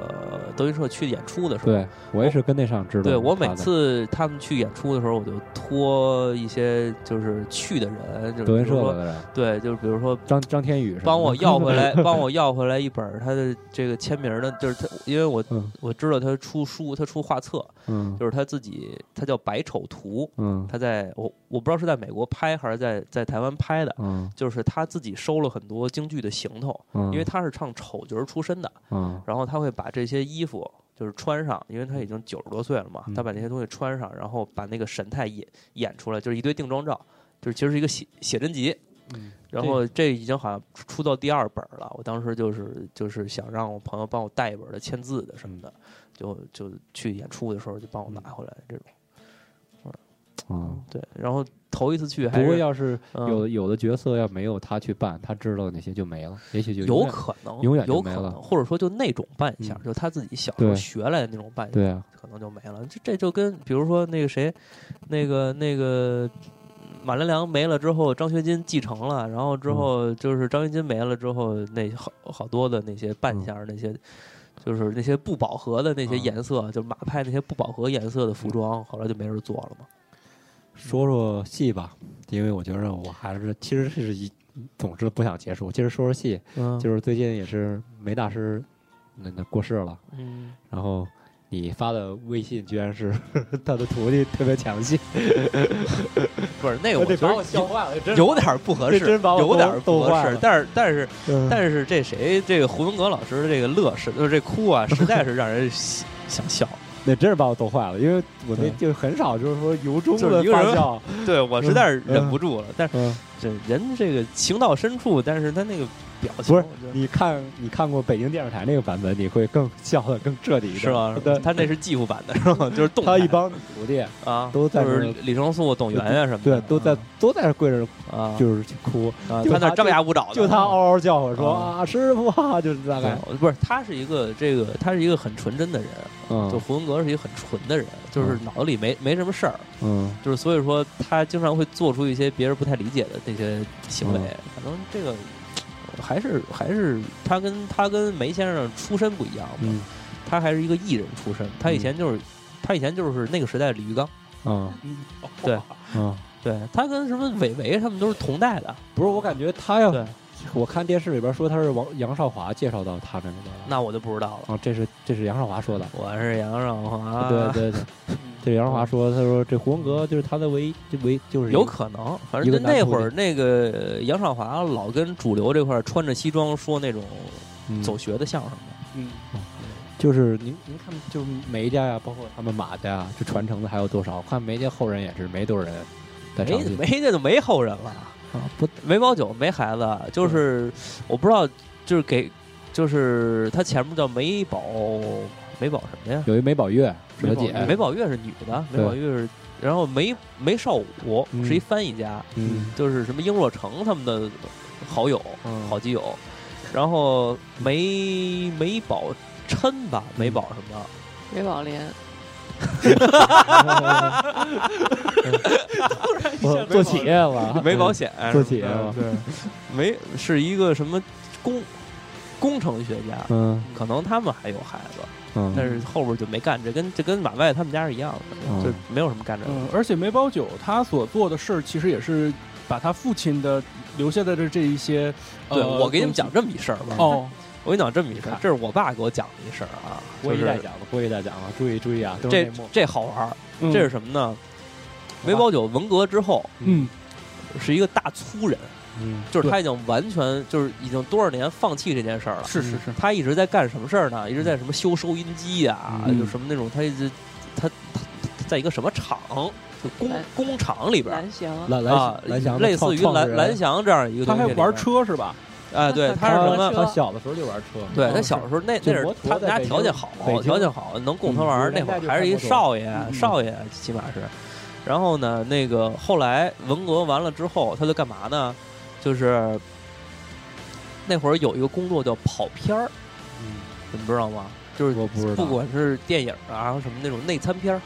S5: 德云社去演出的时
S4: 嗯
S5: 候，
S4: 对我也是跟那上知道的。
S5: 对我每
S4: 他的
S5: 次他们去演出的时候，我就托一些就是去的人，就是
S4: 德云
S5: 比如
S4: 社
S5: 说
S4: 的人，
S5: 对，就是比如说
S4: 张张天宇是吧
S5: 帮我要 回来，帮我要回来一本儿他的这个签名儿的，就是他，因为我
S4: 嗯
S5: 我知道他出书，他出画册，
S4: 嗯
S5: 就是他自己，他叫白丑图，
S4: 嗯
S5: 他在我我不知道是在美国拍还是在在台湾拍的，
S4: 嗯
S5: 就是他自己收了很多京剧的行头，
S4: 嗯，
S5: 因为他是唱丑角儿出身的，
S4: 嗯
S5: 然后他会把这些衣服就是穿上，因为他已经九十多岁了嘛
S4: 嗯，
S5: 他把那些东西穿上，然后把那个神态演演出来，就是一堆定妆照，就是其实是一个写写真集。
S7: 嗯
S5: 嗯然后这已经好像出到第二本了，我当时就是就是想让我朋友帮我带一本的签字的什么的，就就去演出的时候就帮我拿回来这种。
S4: 嗯，
S5: 对，然后头一次去还
S4: 不过
S5: 是
S4: 要是
S5: 嗯
S4: 有有的角色要没有他去办，他知道的那些就没了，也许就
S5: 有
S4: 永远
S5: 可能
S4: 永远就
S5: 有
S4: 没
S5: 可
S4: 了
S5: 能，或者说就那种扮相，
S4: 嗯
S5: 就他自己小时候
S4: 对
S5: 学来的那种扮相。
S4: 对啊，
S5: 可能就没了。这这就跟比如说那个谁，那个那个马连良没了之后，张学金继承了，然后之后就是张学金没了之后，那好好多的那些扮相，那些就是那些不饱和的那些
S4: 嗯
S5: 颜色，就是马派那些不饱和颜色的服装，后来就没人做了嘛。
S4: 说说戏吧，因为我觉得我还是其实是一，总之不想结束。接着说说戏，
S5: 嗯，
S4: 就是最近也是梅大师那那过世了，
S5: 嗯，
S4: 然后你发的微信居然是 他的徒弟特别详细，
S5: 不是
S4: 哎
S5: 那个，我觉得
S4: 坏了，真
S5: 有点儿不合适，
S4: 这真把我
S5: 有点儿
S4: 逗
S5: 不合
S4: 坏
S5: 适
S4: 了，
S5: 但是但是
S4: 是
S5: 但是这谁这个胡文阁老师的这个乐是就是这哭啊，实在是让人想想笑。
S4: 那真是把我逗坏了，因为我那
S5: 对
S4: 就很少就是说由衷
S5: 就是
S4: 的
S5: 一个
S4: 发
S5: 人
S4: 笑，
S5: 对我实在是忍不住了，但是
S4: 嗯，
S5: 这人这个情到深处，但是他那个表情
S4: 不是
S5: 我觉得
S4: 你看你看过北京电视台那个版本，你会更笑的更彻底一点，
S5: 是嗯吗？
S4: 对，
S5: 他那是技术版的是吗？就是动态
S4: 他一帮徒弟
S5: 啊，
S4: 都在
S5: 就
S4: 那儿
S5: 是李成素、董源啊呀什么
S4: 对
S5: 的，
S4: 都在都在那跪着
S5: 啊，
S4: 就是去哭，
S5: 啊
S4: 就
S5: 他
S4: 他
S5: 那张牙舞爪的，
S4: 就他嗷嗷叫我说
S5: 啊
S4: 啊，师傅啊，就是大概，
S5: 对不是他是一个这个他是一个很纯真的人，就
S4: 嗯
S5: 胡文阁是一个很纯的人，就是
S4: 嗯
S5: 脑子里没没什么事儿，
S4: 嗯，
S5: 就是所以说他经常会做出一些别人不太理解的那些行为
S4: 嗯，
S5: 可能这个。还是还是他跟他跟梅先生出身不一样嘛，
S4: 嗯
S5: 他还是一个艺人出身，他以前就是、他以前就是那个时代的李玉刚，
S4: 嗯
S5: 对
S4: 嗯，
S5: 对他跟什么韦唯他们都是同代的，
S4: 不是，我感觉他要
S5: 对，
S4: 我看电视里边说他是王杨少华介绍到他那个的，
S5: 那我就不知道了。啊
S4: 啊，这是这是杨少华说的，
S5: 我是杨少华，
S4: 对，对对，这杨少华说，他说这胡文阁就是他的唯一，就唯就是一
S5: 有可能，反
S4: 一
S5: 正
S4: 个
S5: 就
S4: 男徒
S5: 那
S4: 弟
S5: 会儿那个呃杨少华老跟主流这块儿穿着西装说那种
S4: 嗯
S5: 走学的相声嘛，
S7: 嗯，
S4: 就是您您看，就是梅家呀，包括他们马家呀，就传承的还有多少？我看梅家后人也是没多少人在长
S5: 没
S4: 期
S5: 没那就没后人了，
S4: 啊，不
S5: 没毛酒没孩子，就是我不知道，就是给就是他前面叫梅宝梅宝什么呀？
S4: 有一梅宝月是他
S7: 梅宝
S4: 姐
S7: 月，
S5: 梅宝月是女的，梅宝月是，然后梅梅少武
S4: 嗯
S5: 是一翻译家，
S4: 嗯
S5: 就是什么英若诚他们的好友、
S4: 嗯
S5: 好基友，然后梅梅宝琛吧，
S4: 嗯
S5: 梅宝什么的，
S6: 梅宝 莲，
S5: 嗯
S4: 我做企业了，嗯
S5: 梅保险
S4: 做企业
S7: 对
S5: 嗯
S4: 了，
S7: 对，
S5: 梅是一个什么工工程学家，
S4: 嗯
S5: 可能他们还有孩子，
S4: 嗯，
S5: 但是后边就没干，这跟这跟马外他们家是一样
S4: 嗯
S5: 的，就没有什么干这个。
S7: 嗯，而且梅葆玖他所做的事儿，其实也是把他父亲的留下的这这一些，呃
S5: 对，我给你们
S7: 东
S5: 讲
S7: 西
S5: 这么一事儿吧。，
S7: 哦，
S5: 我跟你讲这么一事儿，这是我爸给我讲的一事儿啊，
S4: 郭
S5: 就
S4: 一
S5: 是
S4: 在讲了，郭一在讲了，注意注意啊，都是
S5: 这
S4: 内幕
S5: 这好玩儿，
S7: 嗯
S5: 这是什么呢？梅葆玖文革之后
S7: 嗯
S5: 是一个大粗人，
S4: 嗯
S5: 就是他已经完全就是已经多少年放弃这件事儿了。
S7: 是是
S4: 嗯
S7: 是，嗯
S5: 他一直在干什么事儿呢？一直在什么修收音机啊，
S4: 嗯
S5: 就什么那种，他一直他他他在一个什么厂，就工
S6: 蓝
S5: 工厂里边儿
S6: 蓝翔，
S4: 蓝
S5: 啊
S4: 蓝，蓝翔的
S5: 类似
S4: 创
S5: 于
S4: 创始
S5: 蓝
S4: 人
S5: 蓝翔这样一个
S7: 他
S5: 东西
S7: 还
S5: 里边儿。
S7: 玩车是吧？
S5: 啊？对，他
S4: 他
S5: 是什么？
S4: 他小的时候就玩车，
S5: 对
S7: 嗯
S5: 他小时候那
S4: 就
S5: 那是
S4: 摩托
S5: 他们
S4: 在
S5: 家
S4: 北
S5: 条
S4: 京
S5: 件好
S4: 北京，
S5: 条件好，能供他玩儿。
S4: 嗯
S5: 那会
S4: 人
S5: 儿
S4: 家就
S5: 还是一
S4: 看摩托
S5: 少爷
S4: 嗯，
S5: 少爷起码是。然后呢，那个后来文革完了之后，他就干嘛呢？就是那会儿有一个工作叫跑偏儿，
S4: 嗯
S5: 你们知道吗？就是
S4: 我不知道
S5: 不管是电影啊什么那种内参片儿，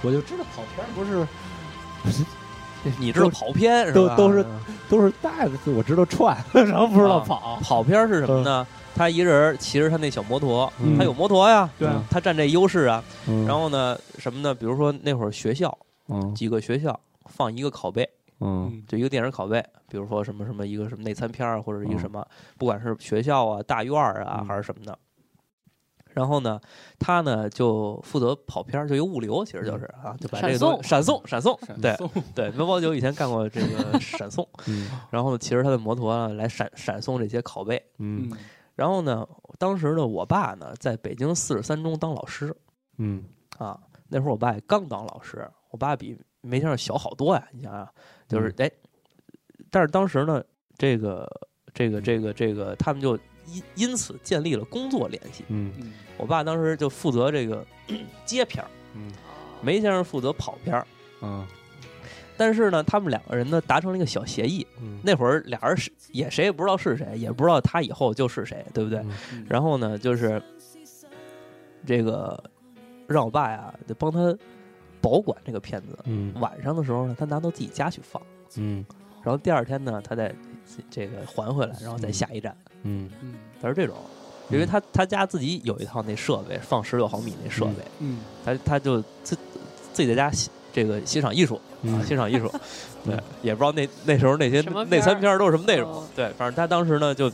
S4: 我就知道跑偏不是
S5: 你知道跑偏是
S4: 都
S5: 吧？
S4: 都是都是带着，我知道串， 然后不知道
S5: 啊
S4: 跑。
S5: 跑偏是什么呢？他一人骑着他那小摩托，
S4: 嗯
S5: 他有摩托呀，
S4: 对啊
S5: 他占这优势啊。
S4: 嗯
S5: 然后呢，什么呢？比如说那会儿学校
S4: 嗯
S5: 几个学校放一个拷贝，
S4: 嗯
S5: 就一个电影拷贝，比如说什么什么一个什么内参片儿，啊或者一个
S4: 嗯
S5: 什么，不管是学校啊、大院儿啊
S4: 嗯
S5: 还是什么的。然后呢，他呢就负责跑偏儿，就一个物流，其实就是
S4: 嗯
S5: 啊，就把这个
S6: 闪送
S5: 东西闪送闪送，对
S7: 嗯闪送
S5: 对，梅葆玖以前干过这个闪送，
S4: 嗯
S5: 然后呢骑着他的摩托啊来闪闪送这些拷贝。
S4: 嗯
S7: 嗯
S5: 然后呢，当时呢，我爸呢在北京四十三中当老师
S4: 嗯
S5: 啊，那会儿我爸也刚当老师，我爸比梅先生小好多呀，你想想，
S4: 嗯
S5: 就是哎，但是当时呢，这个这个这个这个，他们就因因此建立了工作联系。
S4: 嗯
S7: 嗯
S5: 我爸当时就负责这个 接片儿，
S4: 嗯
S5: 梅先生负责跑片儿。
S4: 啊
S5: 但是呢，他们两个人呢达成了一个小协议。
S4: 嗯
S5: 那会儿俩人是也谁也不知道是谁，也不知道他以后就是谁，对不对？
S7: 嗯
S5: 然后呢，就是这个让我爸呀，得帮他保管这个片子。
S4: 嗯
S5: 晚上的时候呢，他拿到自己家去放，
S4: 嗯
S5: 然后第二天呢，他再这个还回来，然后再下一站。
S4: 嗯
S7: 嗯
S5: 他是这种，因为他他家自己有一套那设备，放十六毫米那设备，
S7: 嗯
S5: 他他就自自己在家欣这个欣赏艺术啊，欣赏艺术。对
S4: 嗯，
S5: 也不知道那那时候那些
S6: 什么片儿
S5: 那三片儿都是什么内容
S6: 哦。
S5: 对，反正他当时呢就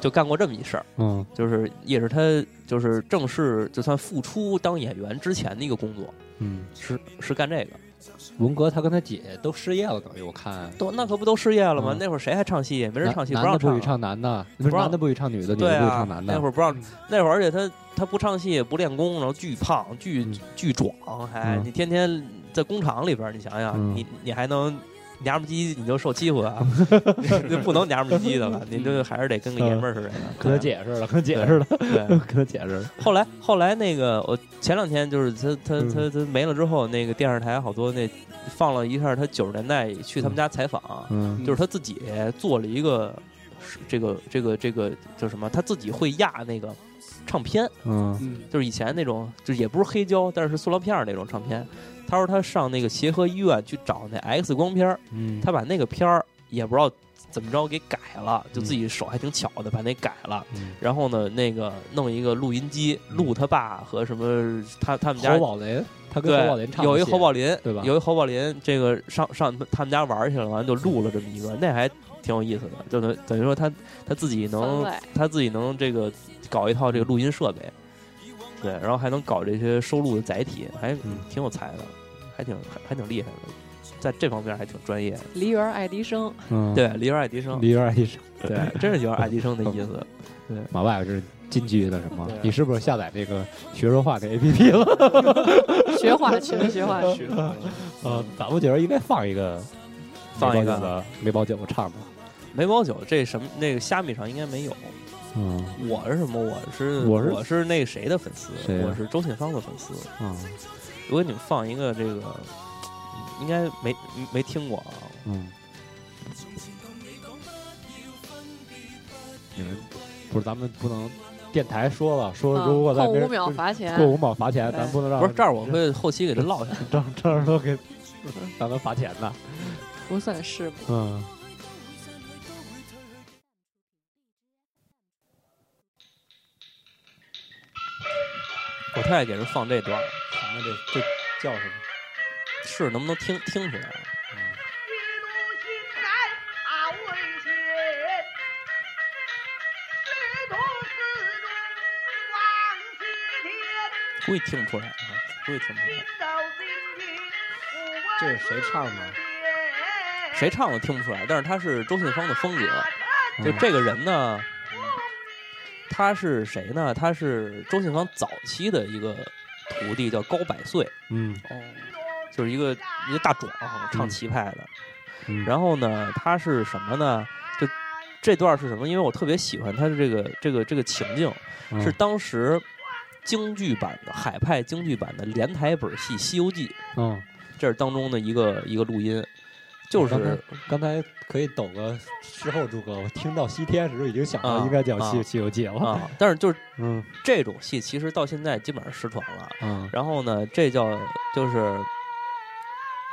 S5: 就干过这么一事儿。
S4: 嗯
S5: 就是也是他就是正式就算复出当演员之前的一个工作，
S4: 嗯，
S5: 是是干这个。
S4: 文革他跟他姐都失业了，等于我看
S5: 都那可不都失业了吗？
S4: 嗯
S5: 那会儿谁还唱戏？没人
S4: 男
S5: 唱戏，
S4: 男
S5: 让
S4: 的不
S5: 唱
S4: 许
S5: 啊。
S4: 唱男的，不是
S5: 不让
S4: 男的不许唱女的，女
S5: 对
S4: 的不许
S5: 啊
S4: 唱，男的。
S5: 那会
S4: 儿
S5: 儿不让，那会儿而且他他不唱戏不练功，然后巨胖巨
S4: 嗯
S5: 巨壮，还
S4: 嗯
S5: 你天天在工厂里边儿，你想想，
S4: 嗯
S5: 你你还能娘们唧你就受 欺负啊， 就不能娘们唧的了，你
S4: 嗯
S5: 就还是得跟个爷们儿似的。
S4: 跟他解释了，跟他解释了，
S5: 对，
S4: 跟他解释了。
S5: 后来后来那个我前两天就是他他
S4: 嗯
S5: 他他没了之后，那个电视台好多那放了一下他九十年代去他们家采访，
S4: 嗯
S5: 就是他自己做了一个是这个这个这个叫什么？他自己会压那个唱片，
S4: 嗯
S7: 嗯
S5: 就是以前那种，就也不是黑胶，但是是塑料片儿那种唱片。他说他上那个协和医院去找那 X 光片儿，
S4: 嗯，
S5: 他把那个片儿也不知道怎么着给改了，就自己手还挺巧的把那改了。
S4: 嗯
S5: 然后呢，那个弄一个录音机录他爸和什么他他们家
S4: 侯宝林，他跟侯宝林
S5: 对，
S4: 唱
S5: 有一
S4: 戏
S5: 侯宝林，
S4: 对吧
S5: 有一侯宝林，这个上上他们家玩儿去了，完就录了这么一
S4: 嗯
S5: 个，那还挺有意思的，就等等于说他他自己
S6: 番
S5: 能
S6: 外
S5: 他自己能这个搞一套这个录音设备，对，然后还能搞这些收录的载体，还
S4: 嗯
S5: 挺有才的，还挺还还挺厉害的。在这方面还挺专业的，
S6: 梨园爱迪生，
S4: 嗯，
S5: 对，梨园爱迪生，
S4: 梨园爱迪生，
S5: 对，真是梨园爱迪生的意 思。
S4: 马外是金句的什么
S5: 对啊？
S4: 你是不是下载这个学说话的 APP 了？
S6: 学化 学学化学，
S4: 呃，咱们觉得应该放一个，
S5: 放一个
S4: 的梅葆玖的唱的。
S5: 梅葆玖这什么那个虾米上应该没有，
S4: 嗯
S5: 我是什么？我是
S4: 我是
S5: 那谁的粉丝？
S4: 谁呀啊
S5: 我是周信芳的粉丝。
S4: 嗯
S5: 我给你们放一个这个，应该没没听过啊。
S4: 嗯，你们不是咱们不能电台说了，说如果
S5: 啊
S6: 嗯
S4: 在
S6: 扣
S4: 别
S6: 五
S4: 人
S6: 秒罚钱
S4: 过，五毛罚钱，
S6: 对
S4: 咱不能让
S5: 不是这儿，我会后期给它落下。
S4: 张张二都给让他罚钱的。
S6: 不算是吧
S4: 嗯
S5: 我太爱给人放这段儿，
S4: 那这这叫什么？
S5: 是能不能听听出来？啊估计听不出来啊，估计听不出来。
S8: 这是谁唱的？
S5: 谁唱的听不出来，但是他是周信芳的风格。啊
S4: 嗯
S5: 就这个人呢，他是谁呢？他是周信芳早期的一个徒弟，叫高百岁。哦
S4: 嗯
S5: 就是一个一个大壮唱棋派的。
S4: 嗯
S5: 然后呢，他是什么呢？就这段是什么？因为我特别喜欢他的这个这个这个情境，
S4: 嗯
S5: 是当时京剧版的海派京剧版的连台本戏《西游记》，
S4: 嗯
S5: 这是当中的一个一个录音。就
S4: 刚才
S5: 是
S4: 刚才可以抖个事后诸葛，我听到西天时候已经想到
S5: 啊
S4: 应该讲西
S5: 啊
S4: 《西游记》了。
S5: 啊，但是就是
S4: 哦嗯
S5: 这种戏，其实到现在基本上失传了。
S4: 嗯
S5: 然后呢，这叫就是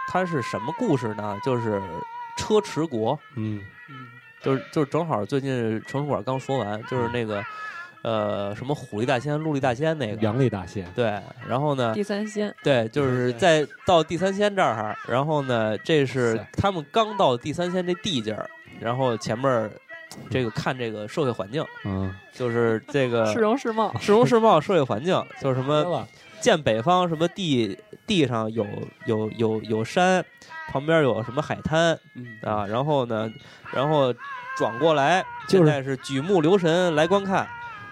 S5: 它是什么故事呢？就是车迟国，
S4: 嗯
S5: 就是就是正好最近程书馆刚说完，就是那个呃什么虎力大仙、鹿力大仙那个。
S4: 杨丽大仙，
S5: 对，然后呢
S6: 第？三仙，
S5: 对，就是在到第三仙这儿，然后呢，这是
S4: 塞
S5: 他们刚到第三仙这地界儿，然后前面儿这个看这个社会环境，
S4: 嗯，
S5: 就是这个
S6: 市容市貌，
S5: 市容市貌、社会环境，就是什么
S4: 说了
S5: 见北方什么地地上有有有有山，旁边有什么海滩
S7: 嗯
S5: 啊，然后呢，然后转过来，
S4: 就是
S5: 现在是举目留神来观看，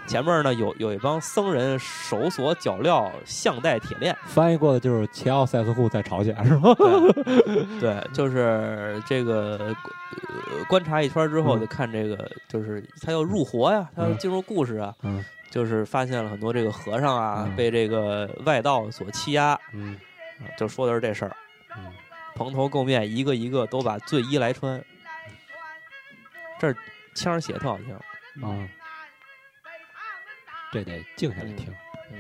S5: 前面呢有有一帮僧人手所脚镣项带 铁链，
S4: 翻译过的就是齐奥塞斯库在朝鲜是吗？
S5: 对，对就是这个、呃观察一圈之后，
S4: 嗯
S5: 就看这个，就是他要入活呀，他要进入故事啊，
S4: 嗯
S5: 就是发现了很多这个和尚啊
S4: 嗯
S5: 被这个外道所欺压，啊
S4: 嗯
S5: 就说的是这事儿。
S4: 嗯，
S5: 蓬头垢面，一个一个都把醉衣来穿。
S8: 嗯
S5: 这儿腔儿写得特好听，
S4: 啊，这得静下来听。
S5: 嗯，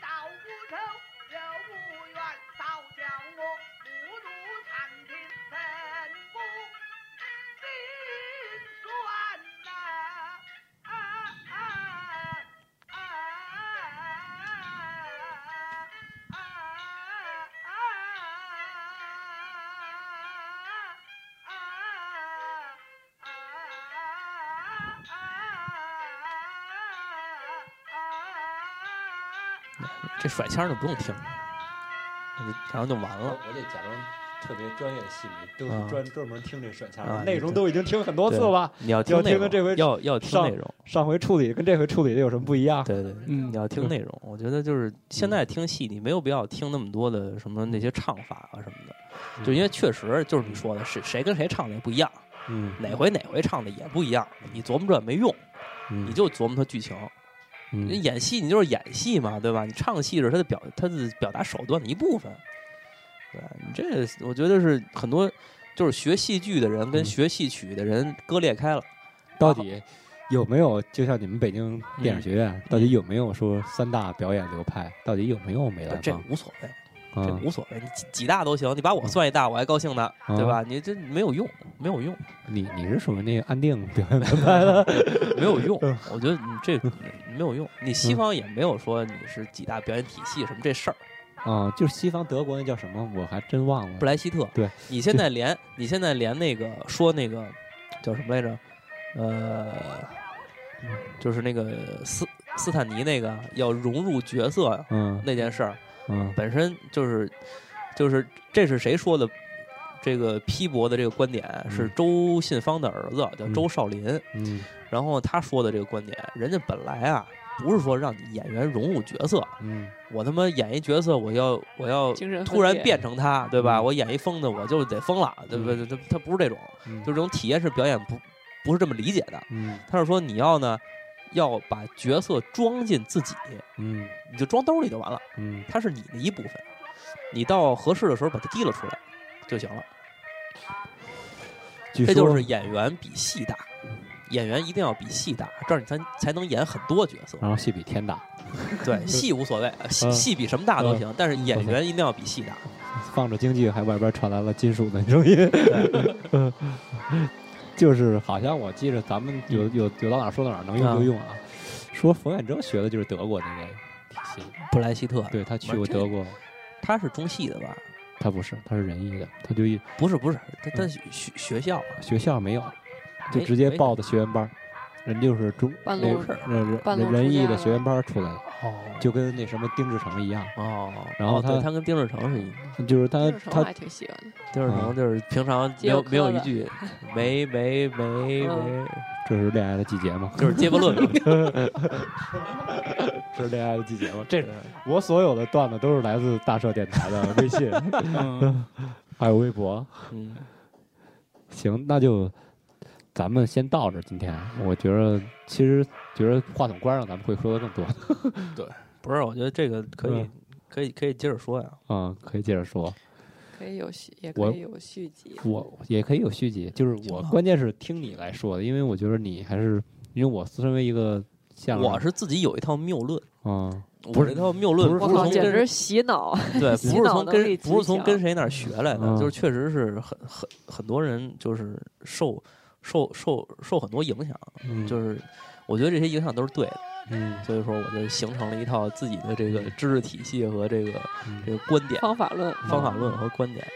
S8: 到不愁，又不怨，倒叫我不如参听神不心酸呐、啊啊啊啊
S5: 这甩腔儿就不用听了，然后就完了。
S4: 我得假装特别专业的戏迷，都
S5: 啊
S4: 专门听嗯这选
S5: 啊
S4: 腔内容都已经听很多次了。
S5: 你要
S4: 要
S5: 听内
S4: 听的
S5: 容，
S4: 这回
S5: 要要听
S4: 上
S5: 内容，
S4: 上回处理跟这回处理的有什么不一样？
S5: 对对，对
S7: 嗯
S5: 你要听内容。我觉得就是现在听戏，你没有必要听那么多的什么那些唱法啊什么的，就因为确实就是你说的，谁谁跟谁唱的也不一样，
S4: 嗯，
S5: 哪回哪回唱的也不一样，你琢磨这没用，你
S4: 你
S5: 就琢磨它剧情。
S4: 嗯
S5: 你演戏你就是演戏嘛，对吧？你唱戏是他的表他的表达手段的一部分，对吧你这我觉得是很多就是学戏剧的人跟
S4: 嗯
S5: 学戏曲的人割裂开了。
S4: 到底有没有？就像你们北京电
S5: 嗯
S4: 影学院，到底有没有说三大表演流派？到底有没有梅兰
S5: 这
S4: 芳？
S5: 无所谓，这
S4: 啊，
S5: 无所谓，你几几大都行，你把我算一大，我还高兴呢，
S4: 嗯
S5: 对吧？你这没有用，没有用，
S4: 你你是属于那个安定表演门派？
S5: 没有用。
S4: 嗯
S5: 我觉得你这没有用，你西方也没有说你是几大表演体系什么这事儿。
S4: 啊，就是西方德国那叫什么？我还真忘了。
S5: 布莱希特，
S4: 对
S5: 你现在连你现在连那个说那个叫什么来着？呃，就是那个斯斯坦尼那个要融入角色
S4: 嗯
S5: 那件事儿，
S4: 嗯
S5: 本身就是就是这是谁说的？这个批驳的这个观点是周信芳的儿子叫周少林，
S4: 嗯
S5: 然后他说的这个观点，人家本来啊不是说让你演员融入角色，
S4: 嗯
S5: 我他妈演一角色，我要我要
S6: 精神分
S5: 突然
S6: 裂
S5: 变成他，对吧？
S4: 嗯
S5: 我演一疯子，我就得疯了，对不对？他他不是这种，
S4: 嗯，
S5: 就是这种体验式表演不不是这么理解的。
S4: 嗯
S5: 他是说你要呢，要把角色装进自己，
S4: 嗯
S5: 你就装兜里就完了，
S4: 嗯
S5: 它是你的一部分，你到合适的时候把它提了出来就行了。
S4: 据
S5: 这就
S4: 说
S5: 是演员比戏大，演员一定要比戏大，这样你才才能演很多角色。
S4: 然后戏比天大，
S5: 对，戏无所谓，戏
S4: 嗯
S5: 戏比什么大都
S4: 嗯
S5: 行，但是演
S4: 我懂
S5: 员一定要比戏
S4: 啊
S5: 大。
S4: 放着京剧，还外边传来了金属的声音。 就是好像我记着咱们
S5: 嗯
S4: 有有有到哪儿说到哪儿，能用就用啊。说冯远征学的就是德国那个体系，
S5: 布莱希特，
S4: 对他去过
S5: 这
S4: 德国，
S5: 他是中戏的吧？
S4: 他不是，他是仁义的，他就一
S5: 不是不是，他他学学学校啊，
S4: 学校没有，嗯就
S5: 没
S4: 直接
S5: 没
S4: 报的学员班儿，人就是中
S6: 半
S4: 那
S6: 路
S4: 个人
S6: 半路
S4: 人
S6: 出
S4: 仁义
S6: 家
S4: 的
S6: 了
S4: 学员班儿出来的，
S5: 哦
S4: 就跟那什么丁志成一样，
S5: 哦，
S4: 然后
S5: 哦对
S4: 他
S5: 他跟丁志成是一样，
S6: 嗯
S4: 就是他
S5: 呃
S6: 这种我
S4: 他
S6: 还挺喜欢的。
S5: 丁志
S4: 啊
S5: 成就是平常没有
S6: 接
S5: 没有
S6: 磕
S5: 一
S6: 的
S5: 句没没没没
S6: 嗯，
S4: 这是恋爱的季节嘛，
S5: 就是结巴论嘛。
S4: 这是恋爱的季节嘛，这我所有的段子都是来自大社电台 的微信
S7: 嗯，
S4: 还有微博。
S5: 嗯，
S4: 行，那就咱们先到这儿。今天我觉得，其实觉得话筒关上，咱们会说的更多啊、
S5: 不是，我觉得这个可以
S4: 嗯
S5: 可以可以接着说呀。
S4: 嗯可以接着说。
S6: 可以有续，也
S4: 我
S6: 可以有续集。
S4: 我也可以有续集，就是我关键是听你来说的，因为我觉得你还是因为我身为一个相声，
S5: 我是自己有一套谬论，
S4: 啊、
S5: 我这套谬论
S4: 不
S5: 不
S6: 我
S5: 是
S6: 靠，
S5: 从
S6: 简直
S5: 跟
S6: 洗脑！
S5: 对，
S6: 洗
S5: 不是
S6: 脑
S5: 从
S6: 能
S5: 跟
S6: 力
S5: 不是
S6: 极
S5: 从
S6: 强
S5: 跟谁那儿学来的，
S4: 嗯
S5: 就是确实是很很很多人就是受受受受很多影响，
S4: 嗯，
S5: 就是我觉得这些影响都是对的，
S4: 嗯
S5: 所以说我就形成了一套自己的这个知识体系和这个
S4: 嗯
S5: 这个观点、
S6: 方法 论，
S5: 方法论和观点，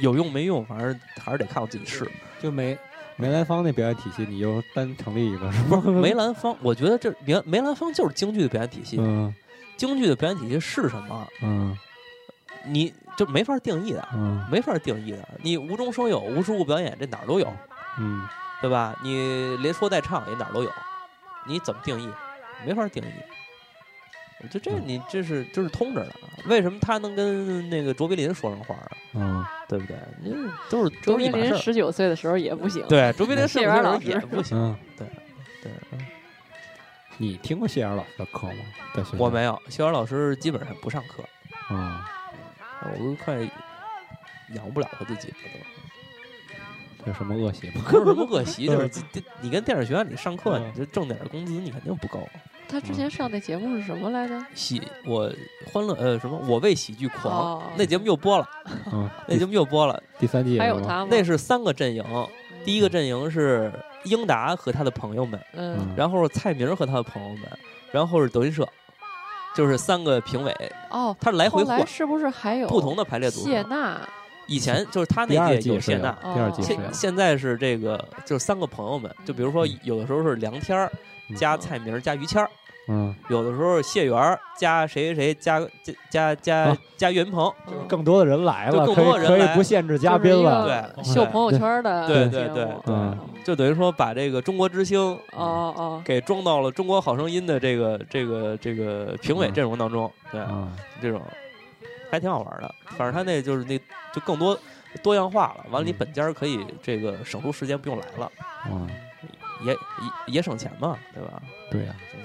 S5: 有用没用，反正还是得看我自己试。
S4: 就梅梅兰芳那表演体系，你又单成立一个是吗？
S5: 梅兰芳，我觉得这梅梅兰芳就是京剧的表演体系，
S4: 嗯
S5: 京剧的表演体系是什么，
S4: 嗯
S5: 你就没法定义的。
S4: 嗯
S5: 没法定义的，你无中生有、无实物表演，这哪儿都有。
S4: 嗯
S5: 对吧？你连说带唱也哪儿都有，你怎么定义？没法定义。我觉得这
S4: 嗯
S5: 你这是这是通着的，啊为什么他能跟那个卓别林说上话啊？
S4: 嗯，
S5: 对不对？你都是
S6: 卓
S5: 都是一
S6: 别
S5: 码
S6: 林
S5: 事儿。嗯
S6: 十九岁的时候也不行。
S5: 对，卓别林是
S6: 谢
S5: 不
S6: 元老
S5: 是
S6: 师
S5: 也不行？
S4: 嗯，
S5: 对对，
S4: 你听过谢阳老师的课吗？在学校
S5: 我没有，谢元老师基本上不上课，
S4: 啊、
S5: 我都快养不了他自己了都。
S4: 这有什么恶习 吗？
S5: 没有什么恶习，就是自你跟电影学院里上课，
S4: 嗯
S5: 你就挣点工资，你肯定不够。
S6: 他之前上那节目是什么来着？
S5: 喜我欢乐呃什么？我为喜剧狂、
S6: 哦嗯
S5: 那节目又播了，
S4: 嗯，
S5: 那节目又播了。
S4: 第三季
S6: 还有
S4: 是吗，
S6: 他吗？
S5: 那是三个阵营，第一个阵营是英达和他的朋友们，
S6: 嗯
S4: 嗯
S5: 然后是蔡明和他的朋友们，然后是德云社，就是三个评委，
S6: 哦，
S5: 他是来回
S6: 后来
S5: 换
S6: 是不是还有
S5: 不同的排列组
S6: 谢
S5: 合。
S6: 娜？
S5: 以前就是他
S4: 第
S5: 那
S4: 二
S5: 届
S4: 季
S5: 有
S4: 是
S5: 谢
S4: 有，
S5: 娜，
S4: 第二季是有
S5: 现，现在是这个就是三个朋友们，就比如说有的时候是梁天儿加蔡明加于谦儿，
S4: 嗯，
S5: 有的时候是谢元儿加谁谁谁加加加加
S4: 啊
S5: 加岳云鹏，
S6: 嗯
S4: 更多的人来了，
S5: 就更
S4: 可
S5: 多
S4: 以
S5: 人
S4: 可
S5: 来
S4: 以不限制嘉宾了，
S5: 对
S6: 就是一个秀朋友圈的
S5: 对
S6: 节
S5: 对
S6: 目
S5: 对
S4: 对
S5: 就等于说把这个中国之星
S6: 哦哦，
S5: 给装到了《中国好声音》的这个这个这个评委阵容当中，对，
S4: 嗯
S5: 这种还挺好玩的。反正他那就是那就更多多样化了。完了，你
S4: 嗯
S5: 本家儿可以这个省出时间不用来了，
S4: 嗯，
S5: 也也也省钱嘛，对吧？
S4: 对呀、
S5: 嗯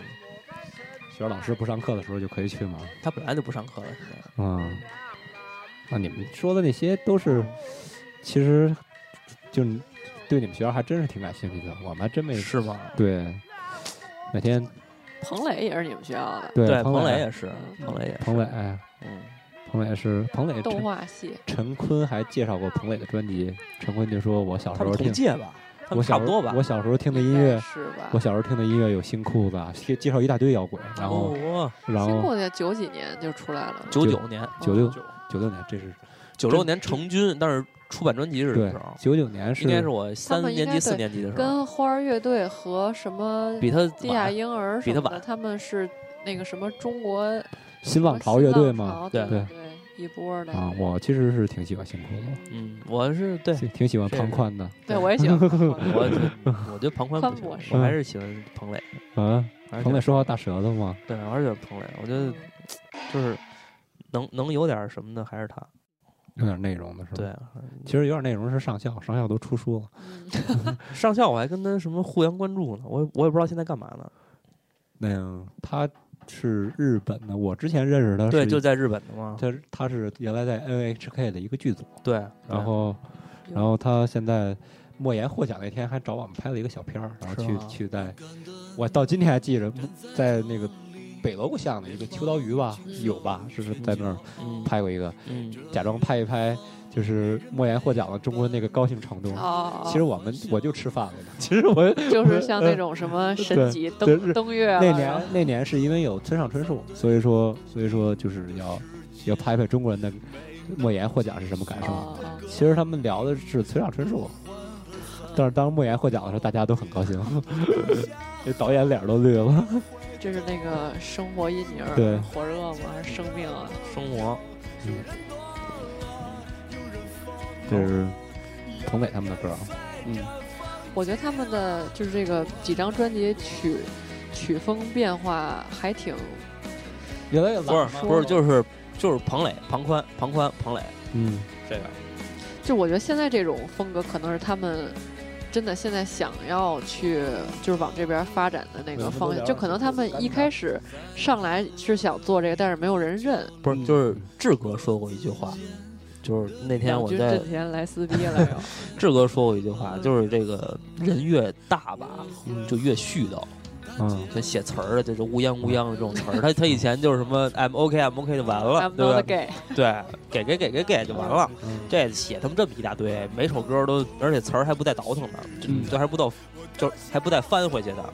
S4: 学校老师不上课的时候就可以去嘛，
S5: 他本来就不上课了，现在
S4: 嗯，那啊你们说的那些都是，其实就对你们学校还真是挺感兴趣的，我们还真没
S5: 是吗？
S4: 对，每天
S6: 彭磊也是你们学校的
S4: 对
S5: 对，
S4: 彭
S5: 彭磊
S4: 磊，
S5: 也是，彭磊也是，
S4: 彭磊，，哎
S5: 嗯，
S4: 彭磊是彭磊
S6: 动
S4: 陈
S6: 画系，
S4: 陈坤还介绍过彭磊的专辑，陈坤就说我小时
S5: 他
S4: 候
S5: 们同
S4: 听，
S5: 届吧，他
S4: 我
S5: 们差
S4: 小
S5: 不
S4: 时
S5: 多
S4: 候
S5: 吧。
S4: 我小时候听的音
S6: 应该
S4: 乐。
S6: 是吧？
S4: 我小时候听的音乐有新裤子啊，介介绍一大堆摇滚，然后
S5: 哦，
S4: 然
S6: 新
S4: 后
S6: 裤子九几年就出来了，
S5: 九九年，
S4: 九六
S7: 九
S4: 九六年这是
S5: 九六年成军，但是出版专辑是什么
S4: 对
S5: 时候？
S4: 九九年是
S5: 应该是我三
S6: 他们应
S5: 年
S6: 该
S5: 级、四
S6: 对
S5: 年级的时候，
S6: 跟花儿乐队和什么
S5: 比他
S6: 地
S5: 晚
S6: 下婴儿
S5: 比
S6: 什
S5: 他
S6: 么
S5: 晚
S6: 的，他们是那个什么中国
S4: 新浪
S6: 什么
S4: 潮
S6: 新
S4: 乐队
S6: 浪
S4: 嘛，
S6: 潮
S5: 对
S6: 对
S4: 对
S6: 对，一波的
S4: 啊，我其实是挺喜欢新裤子
S5: 嗯，我是对
S4: 的，挺挺喜欢
S5: 是
S4: 庞宽的
S6: 对我也喜 欢
S5: 我我觉得庞宽
S6: 宽
S5: 不行，
S6: 博
S5: 我
S6: 士
S5: 还是喜欢彭磊。
S4: 啊。
S5: 还
S4: 嗯
S5: 是喜欢
S4: 彭磊说话大舌头吗？
S5: 对，我还是喜欢彭磊。我觉得
S6: 嗯
S5: 就是能能有点什么的还是他。
S4: 有点内容的是吧？，
S5: 对，
S4: 其实有点内容是上校，上校都出书了。
S6: 嗯
S5: 上校我还跟他什么互相关注呢，我也我也不知道现在干嘛呢。
S4: 那样他是日本的，我之前认识他是
S5: 对，就在日本的嘛。
S4: 他他是原来在 NHK 的一个剧组，
S5: 对，
S4: 然后然后他现在莫言获奖那天还找我们拍了一个小片儿，然后
S5: 是
S4: 去
S5: 吗
S4: 去在，我到今天还记着，在那个北锣鼓巷的一个秋刀鱼吧，有吧，是是在那儿
S5: 嗯
S4: 拍过一个，
S5: 嗯，
S4: 假装拍一拍，就是莫言获奖了中国那个高兴程度。
S6: 哦，
S4: 其实我们我就吃饭了， 其实我
S6: 就是 像那种什么神级
S4: 对
S6: 登
S4: 是
S6: 登月啊
S4: 那年那年是因为有村上春树，所以说所以说就是要要拍拍中国人的莫言获奖是什么感受。
S6: 哦哦
S4: 其实他们聊的是村上春树，但是当莫言获奖的时候，大家都很高兴，这导演脸都绿了。
S6: 这是那个生活因你而
S4: 对
S6: 火热吗？还是生命啊？
S5: 生活
S4: 这是彭磊他们的歌，嗯
S6: 我觉得他们的就是这个几张专辑曲曲风变化还挺
S4: 越来越
S5: 不是不是就是就是彭磊、庞宽、庞宽、彭磊
S4: 嗯
S5: 这个。
S6: 就我觉得现在这种风格可能是他们真的现在想要去就是往这边发展的那个方向，就可能他们一开始上来是想做这个，但是没有人认。
S5: 不是，就是志哥说过一句话，就是那天
S6: 两
S5: 我
S6: 军
S5: 在
S6: 阵前来撕逼了 又。
S5: 志哥说过一句话，就是这个人越大吧，就越絮叨。
S4: 嗯，
S5: 就写词儿的，就是乌泱乌泱的这种词儿。他他以前就是什么 I'm OK I'm OK 就完了，
S6: I'm
S5: 对
S6: not
S5: 吧？
S6: gay，
S5: 对，给给给给给就完了。这写他们这么一大堆，每首歌都，而且词儿还不带倒腾的，就
S7: 嗯
S5: 就还不到，就还不带翻回去的，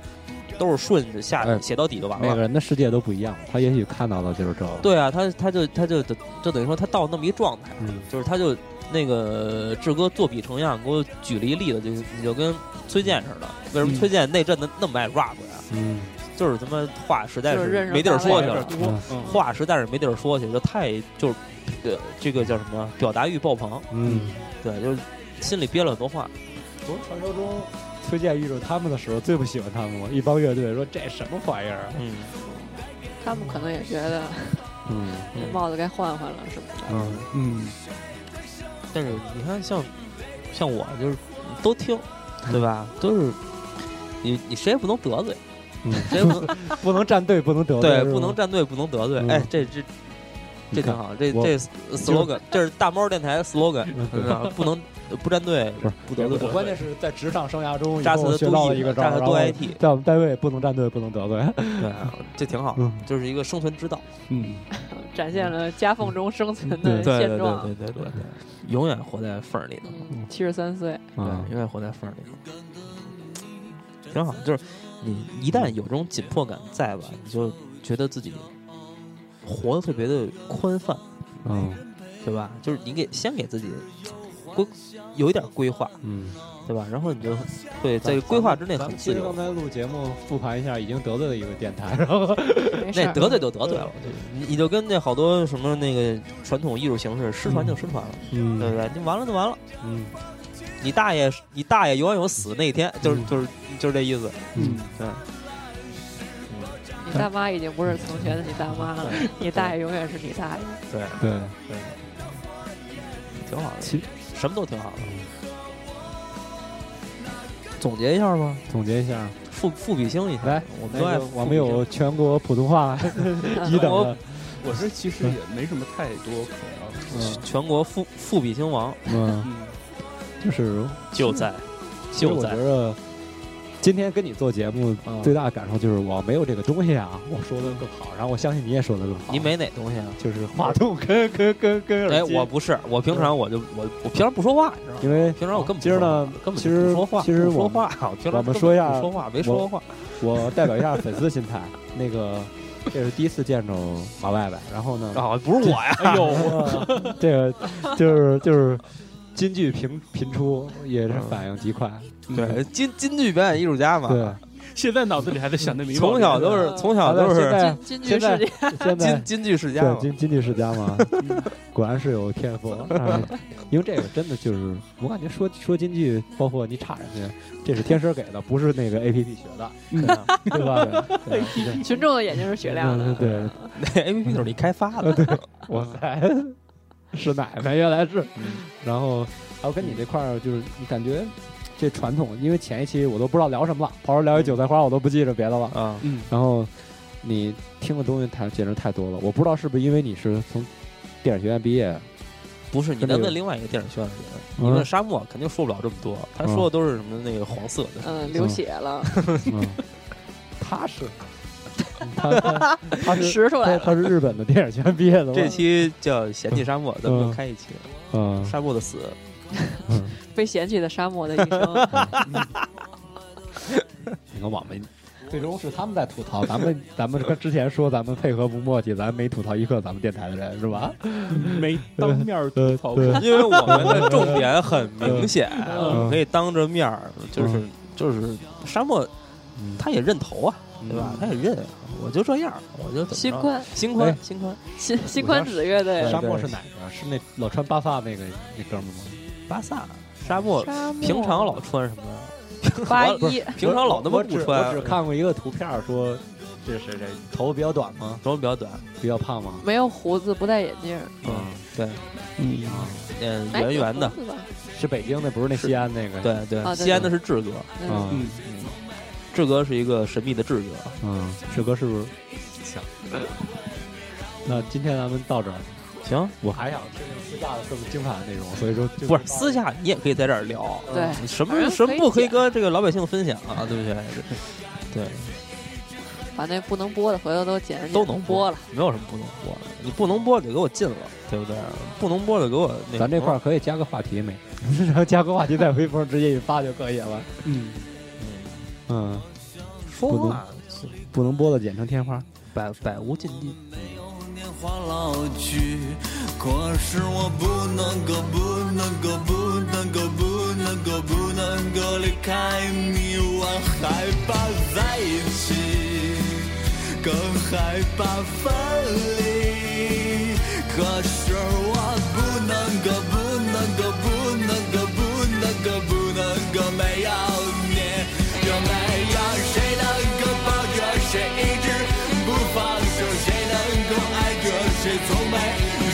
S5: 都是顺着下
S4: 哎
S5: 写到底就完
S4: 每个
S5: 了。
S4: 人的世界都不一样，他也许看到的就是这个。，
S5: 对啊，他他就他就就等于说他到那么一状态，
S4: 嗯，
S5: 就是他就那个志哥作弊成样，给我举了一例子，就你就跟崔健似的。为什么
S7: 嗯
S5: 崔健那阵子那么爱 rap 呀？
S4: 嗯，
S5: 就是他妈话实在
S6: 就是认识
S5: 没地儿
S6: 大
S5: 说
S6: 卫
S5: 去了
S6: 了。
S7: 多，嗯，
S5: 话实在是没地儿说去，就太就是，呃，这个叫什么？表达欲爆棚，
S4: 嗯，
S5: 对，就是心里憋了很多话。
S4: 不是传说中崔健遇着他们的时候最不喜欢他们吗？一帮乐队说这什么玩意儿？啊
S5: 嗯，
S6: 他们可能也觉得
S4: 嗯
S6: 帽子该换换了什么的。
S4: 嗯，
S7: 嗯，
S5: 但是你看像，像我就是都 听，对吧？都是你你谁也不能得罪，
S4: 嗯
S5: 谁也不能
S4: 不能站队，不能得罪，
S5: 对，
S4: 是吗
S5: 不能站队，不能得罪。
S4: 嗯
S5: 哎，这这
S4: 你
S5: 这挺
S4: 看
S5: 好，这
S4: 我
S5: 这 slogan，这是大猫电台的 slogan，
S4: 嗯
S5: 知道吧不能不站队，
S4: 不是
S5: 不得罪。
S4: 我关键是在职场生涯中，
S5: 扎
S4: 扎
S5: 死
S4: 我
S5: 的
S4: 学到
S5: 多
S4: 了一
S5: 艺
S4: 个招
S5: 扎
S4: 儿，
S5: 死
S4: 然
S5: 的多
S4: 后
S5: IT，
S4: 在我们单位不能站队，不能得罪。
S5: 对，啊这挺好，
S4: 嗯
S5: 就是一个生存之道。
S7: 嗯，
S6: 展现了夹缝中生存
S4: 对
S6: 的现
S5: 嗯对
S6: 状。嗯
S5: 对对对对，
S4: 嗯
S5: 永远活在缝儿里头，
S6: 七十三岁，
S5: 对，
S4: 啊，
S5: 永远活在缝儿里头，挺好。就是你一旦有这种紧迫感在吧，你就觉得自己活得特别的宽泛，
S4: 嗯
S5: 对吧？就是你给先给自己规有一点规划，
S4: 嗯，
S5: 对吧？然后你就会在规划之内
S4: 咱
S5: 很
S4: 们其
S5: 自
S4: 实刚
S5: 由。
S4: 才录节目复盘一下，已经得罪了一个电台，然后
S6: 没事
S5: 那
S6: 儿。
S5: 得罪就得罪了，你你就跟那好多什么那个传统艺术形式失传就失传了，
S4: 嗯
S5: 对不对？你完了就完了。
S4: 嗯
S5: 你大爷，你大爷游完泳死那天，就是
S4: 嗯
S5: 就是就是这意思。
S4: 嗯，
S6: 你大妈已经不是从前的你大妈了，你大爷永远是你大爷。
S5: 对，
S4: 对，
S5: 挺好的，
S4: 其
S5: 什么都挺好的。
S4: 嗯
S5: 总结一下吧，
S4: 总结一下，
S5: 富富比星一下，
S4: 来
S5: 我们
S4: 那
S5: 都爱
S4: 个我们有全国普通 话一等
S5: 哦
S4: 的，
S7: 我这其实也没什么太多可要说的，
S4: 嗯
S5: 全国富富比星王
S4: 嗯，
S7: 嗯，
S4: 就是
S5: 就在
S4: 其实
S5: 就
S4: 我
S5: 在
S4: 觉，得今天跟你做节目
S5: 嗯
S4: 最大的感受就是我没有这个东西啊，我说的更好，然后我相信你也说的更好。
S5: 你没哪东西啊？
S4: 就是话筒跟跟跟跟
S5: 哎，
S4: 耳机
S5: 我不是，我平常我就我我平常不说话，你知道吗？
S4: 因为
S5: 平常我根本不
S4: 今儿呢
S5: 说话根本
S4: 其
S5: 就
S4: 实
S5: 不说话，
S4: 其实
S5: 不说
S4: 我们
S5: 话，我平
S4: 我
S5: 常
S4: 们
S5: 根本
S4: 说一下
S5: 不说话，没说过话。
S4: 我代表一下粉丝心态， 那个这是第一次见着马外外，然后呢，
S5: 啊，不是我呀，
S4: 哎呦，这个就是就是金句频频出，也是
S5: 嗯
S4: 反应极快，
S5: 啊 对，京京剧表演艺术家嘛，
S4: 对，
S7: 现在脑子里还在想那名，
S5: 从小都是
S6: 嗯
S5: 从小
S4: 好的
S5: 啊都
S4: 现
S5: 是
S4: 啊在
S6: 金句
S4: 现在
S6: 世界，
S4: 现在
S5: 京京剧世家
S4: 对
S5: 嘛，
S4: 经经济世家 嘛，果然是有天赋。哎
S5: 嗯
S4: 因为这个真的就是，我感觉说说京剧，包括你插人家，这是天师给的，不是那个 A P P 学的，对吧？ 对对
S6: 群众的眼睛是雪亮的。
S4: 嗯对对 呃
S5: 那 A P P 都是你开发的，
S4: 我才是奶奶，原来是。然后还有跟你这块儿，就是你感觉这传统，因为前一期我都不知道聊什么了，刨除聊一韭菜花，我都不记着别的了。
S5: 啊，
S7: 嗯，
S4: 然后你听的东西太简直太多了，我不知道是不是因为你是从电影学院毕业，
S5: 不是，你
S4: 跟这
S5: 再
S4: 个
S5: 问另外一个电影学院的人，
S4: 嗯
S5: 你问沙漠肯定说不了这么多，他说的都是什么那个黄色的，
S6: 嗯，流血了，
S4: 嗯， 他是， 他他 他是
S6: 拾出来
S4: 他
S6: 了。
S4: 他是日本的电影学院毕业的吗？
S5: 这期叫嫌弃沙漠，咱们就开一期
S4: 嗯
S5: 沙漠的死，
S4: 嗯，
S6: 被嫌弃的沙漠的一
S5: 嗯
S6: 生，
S4: 你看我们最终是他们在吐槽， 咱们咱们跟之前说咱们配合不默契，咱没吐槽一个咱们电台的人是吧？
S7: 没当面儿吐槽
S4: 对
S7: 过，
S5: 因为我们的重点很明显，
S4: 嗯
S5: 我们可以当着面儿，就是就是沙漠
S4: 嗯，
S5: 他也认头啊，对吧？他也认啊，我就这样，我就怎么着
S6: 新宽
S5: 心宽
S4: 哎
S5: 心宽，
S6: 新新宽子乐队，
S4: 沙漠是哪个？是那老穿巴萨那个那哥们儿吗？
S5: 巴萨沙漠
S6: 沙漠
S5: 平常老穿什么 呀？
S6: 八
S5: 不
S6: 一，
S5: 平常老那么不
S4: 我
S5: 穿，啊
S4: 只看过一个图片儿说，这谁谁头发比较短吗？
S5: 头发比较短，
S4: 比较胖吗？
S6: 没有胡子，不戴眼镜，
S5: 嗯，对，
S7: 嗯，
S5: 嗯，圆圆的
S6: 哎，有胡子吧
S4: 是北京的，不是那
S5: 是
S4: 西安那个。
S5: 对对，
S6: 啊对
S5: 西安的是志哥，
S6: 嗯，
S4: 嗯
S7: 嗯
S5: 志哥是一个神秘的志哥，
S4: 嗯，志哥是不是？那今天咱们到这儿，
S5: 行，
S4: 我还想听听私下的更精彩的内容，所以说就
S5: 不是私下你也可以在这儿聊，
S6: 对
S5: 嗯什
S6: 反
S5: 么
S6: 正
S5: 什么不
S6: 可
S5: 可
S6: 以
S5: 以跟这个老百姓分享啊，对不对？对，
S6: 把那不能播的回头都剪，
S5: 都能
S6: 播了。，
S5: 没有什么不能播的，你不能播就给我禁了，对不对？啊不能播就给我那
S4: 咱这
S5: 什么
S4: 块儿可以加个话题没？ 然后加个话题在微博上直接一发就可以了。
S7: 嗯，
S5: 嗯
S4: 嗯，
S5: 说
S4: 不能
S5: 话是
S4: 不能播的剪成天花。
S5: 百百无禁忌。
S9: 年华老去，可是我不能够，不能够，不能够，不能够，不能够离开你，我害怕在一起，更害怕分离。可是我不能够，不能够，不能够，不能够，不能够没有你，有没有谁能够抱着谁一直不放手？谁能够爱着谁从没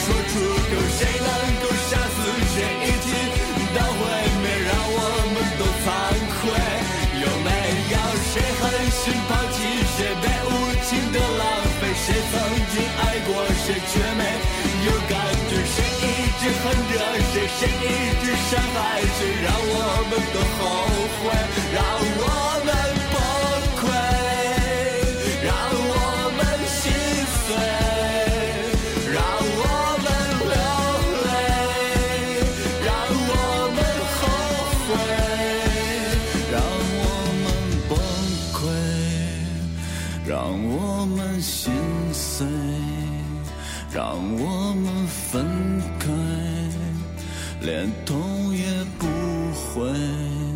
S9: 说出口？谁能够杀死谁一起到毁灭，让我们都惭愧？有没有谁狠心抛弃谁，被无情的浪费？谁曾经爱过谁，却没有感觉？谁一直恨着谁，谁一直伤害谁，让我们都后悔，让我们崩溃，让我们心碎，让我们流泪，让我们后悔，让我们崩溃，让我们心碎，让我们分开，连痛也不会。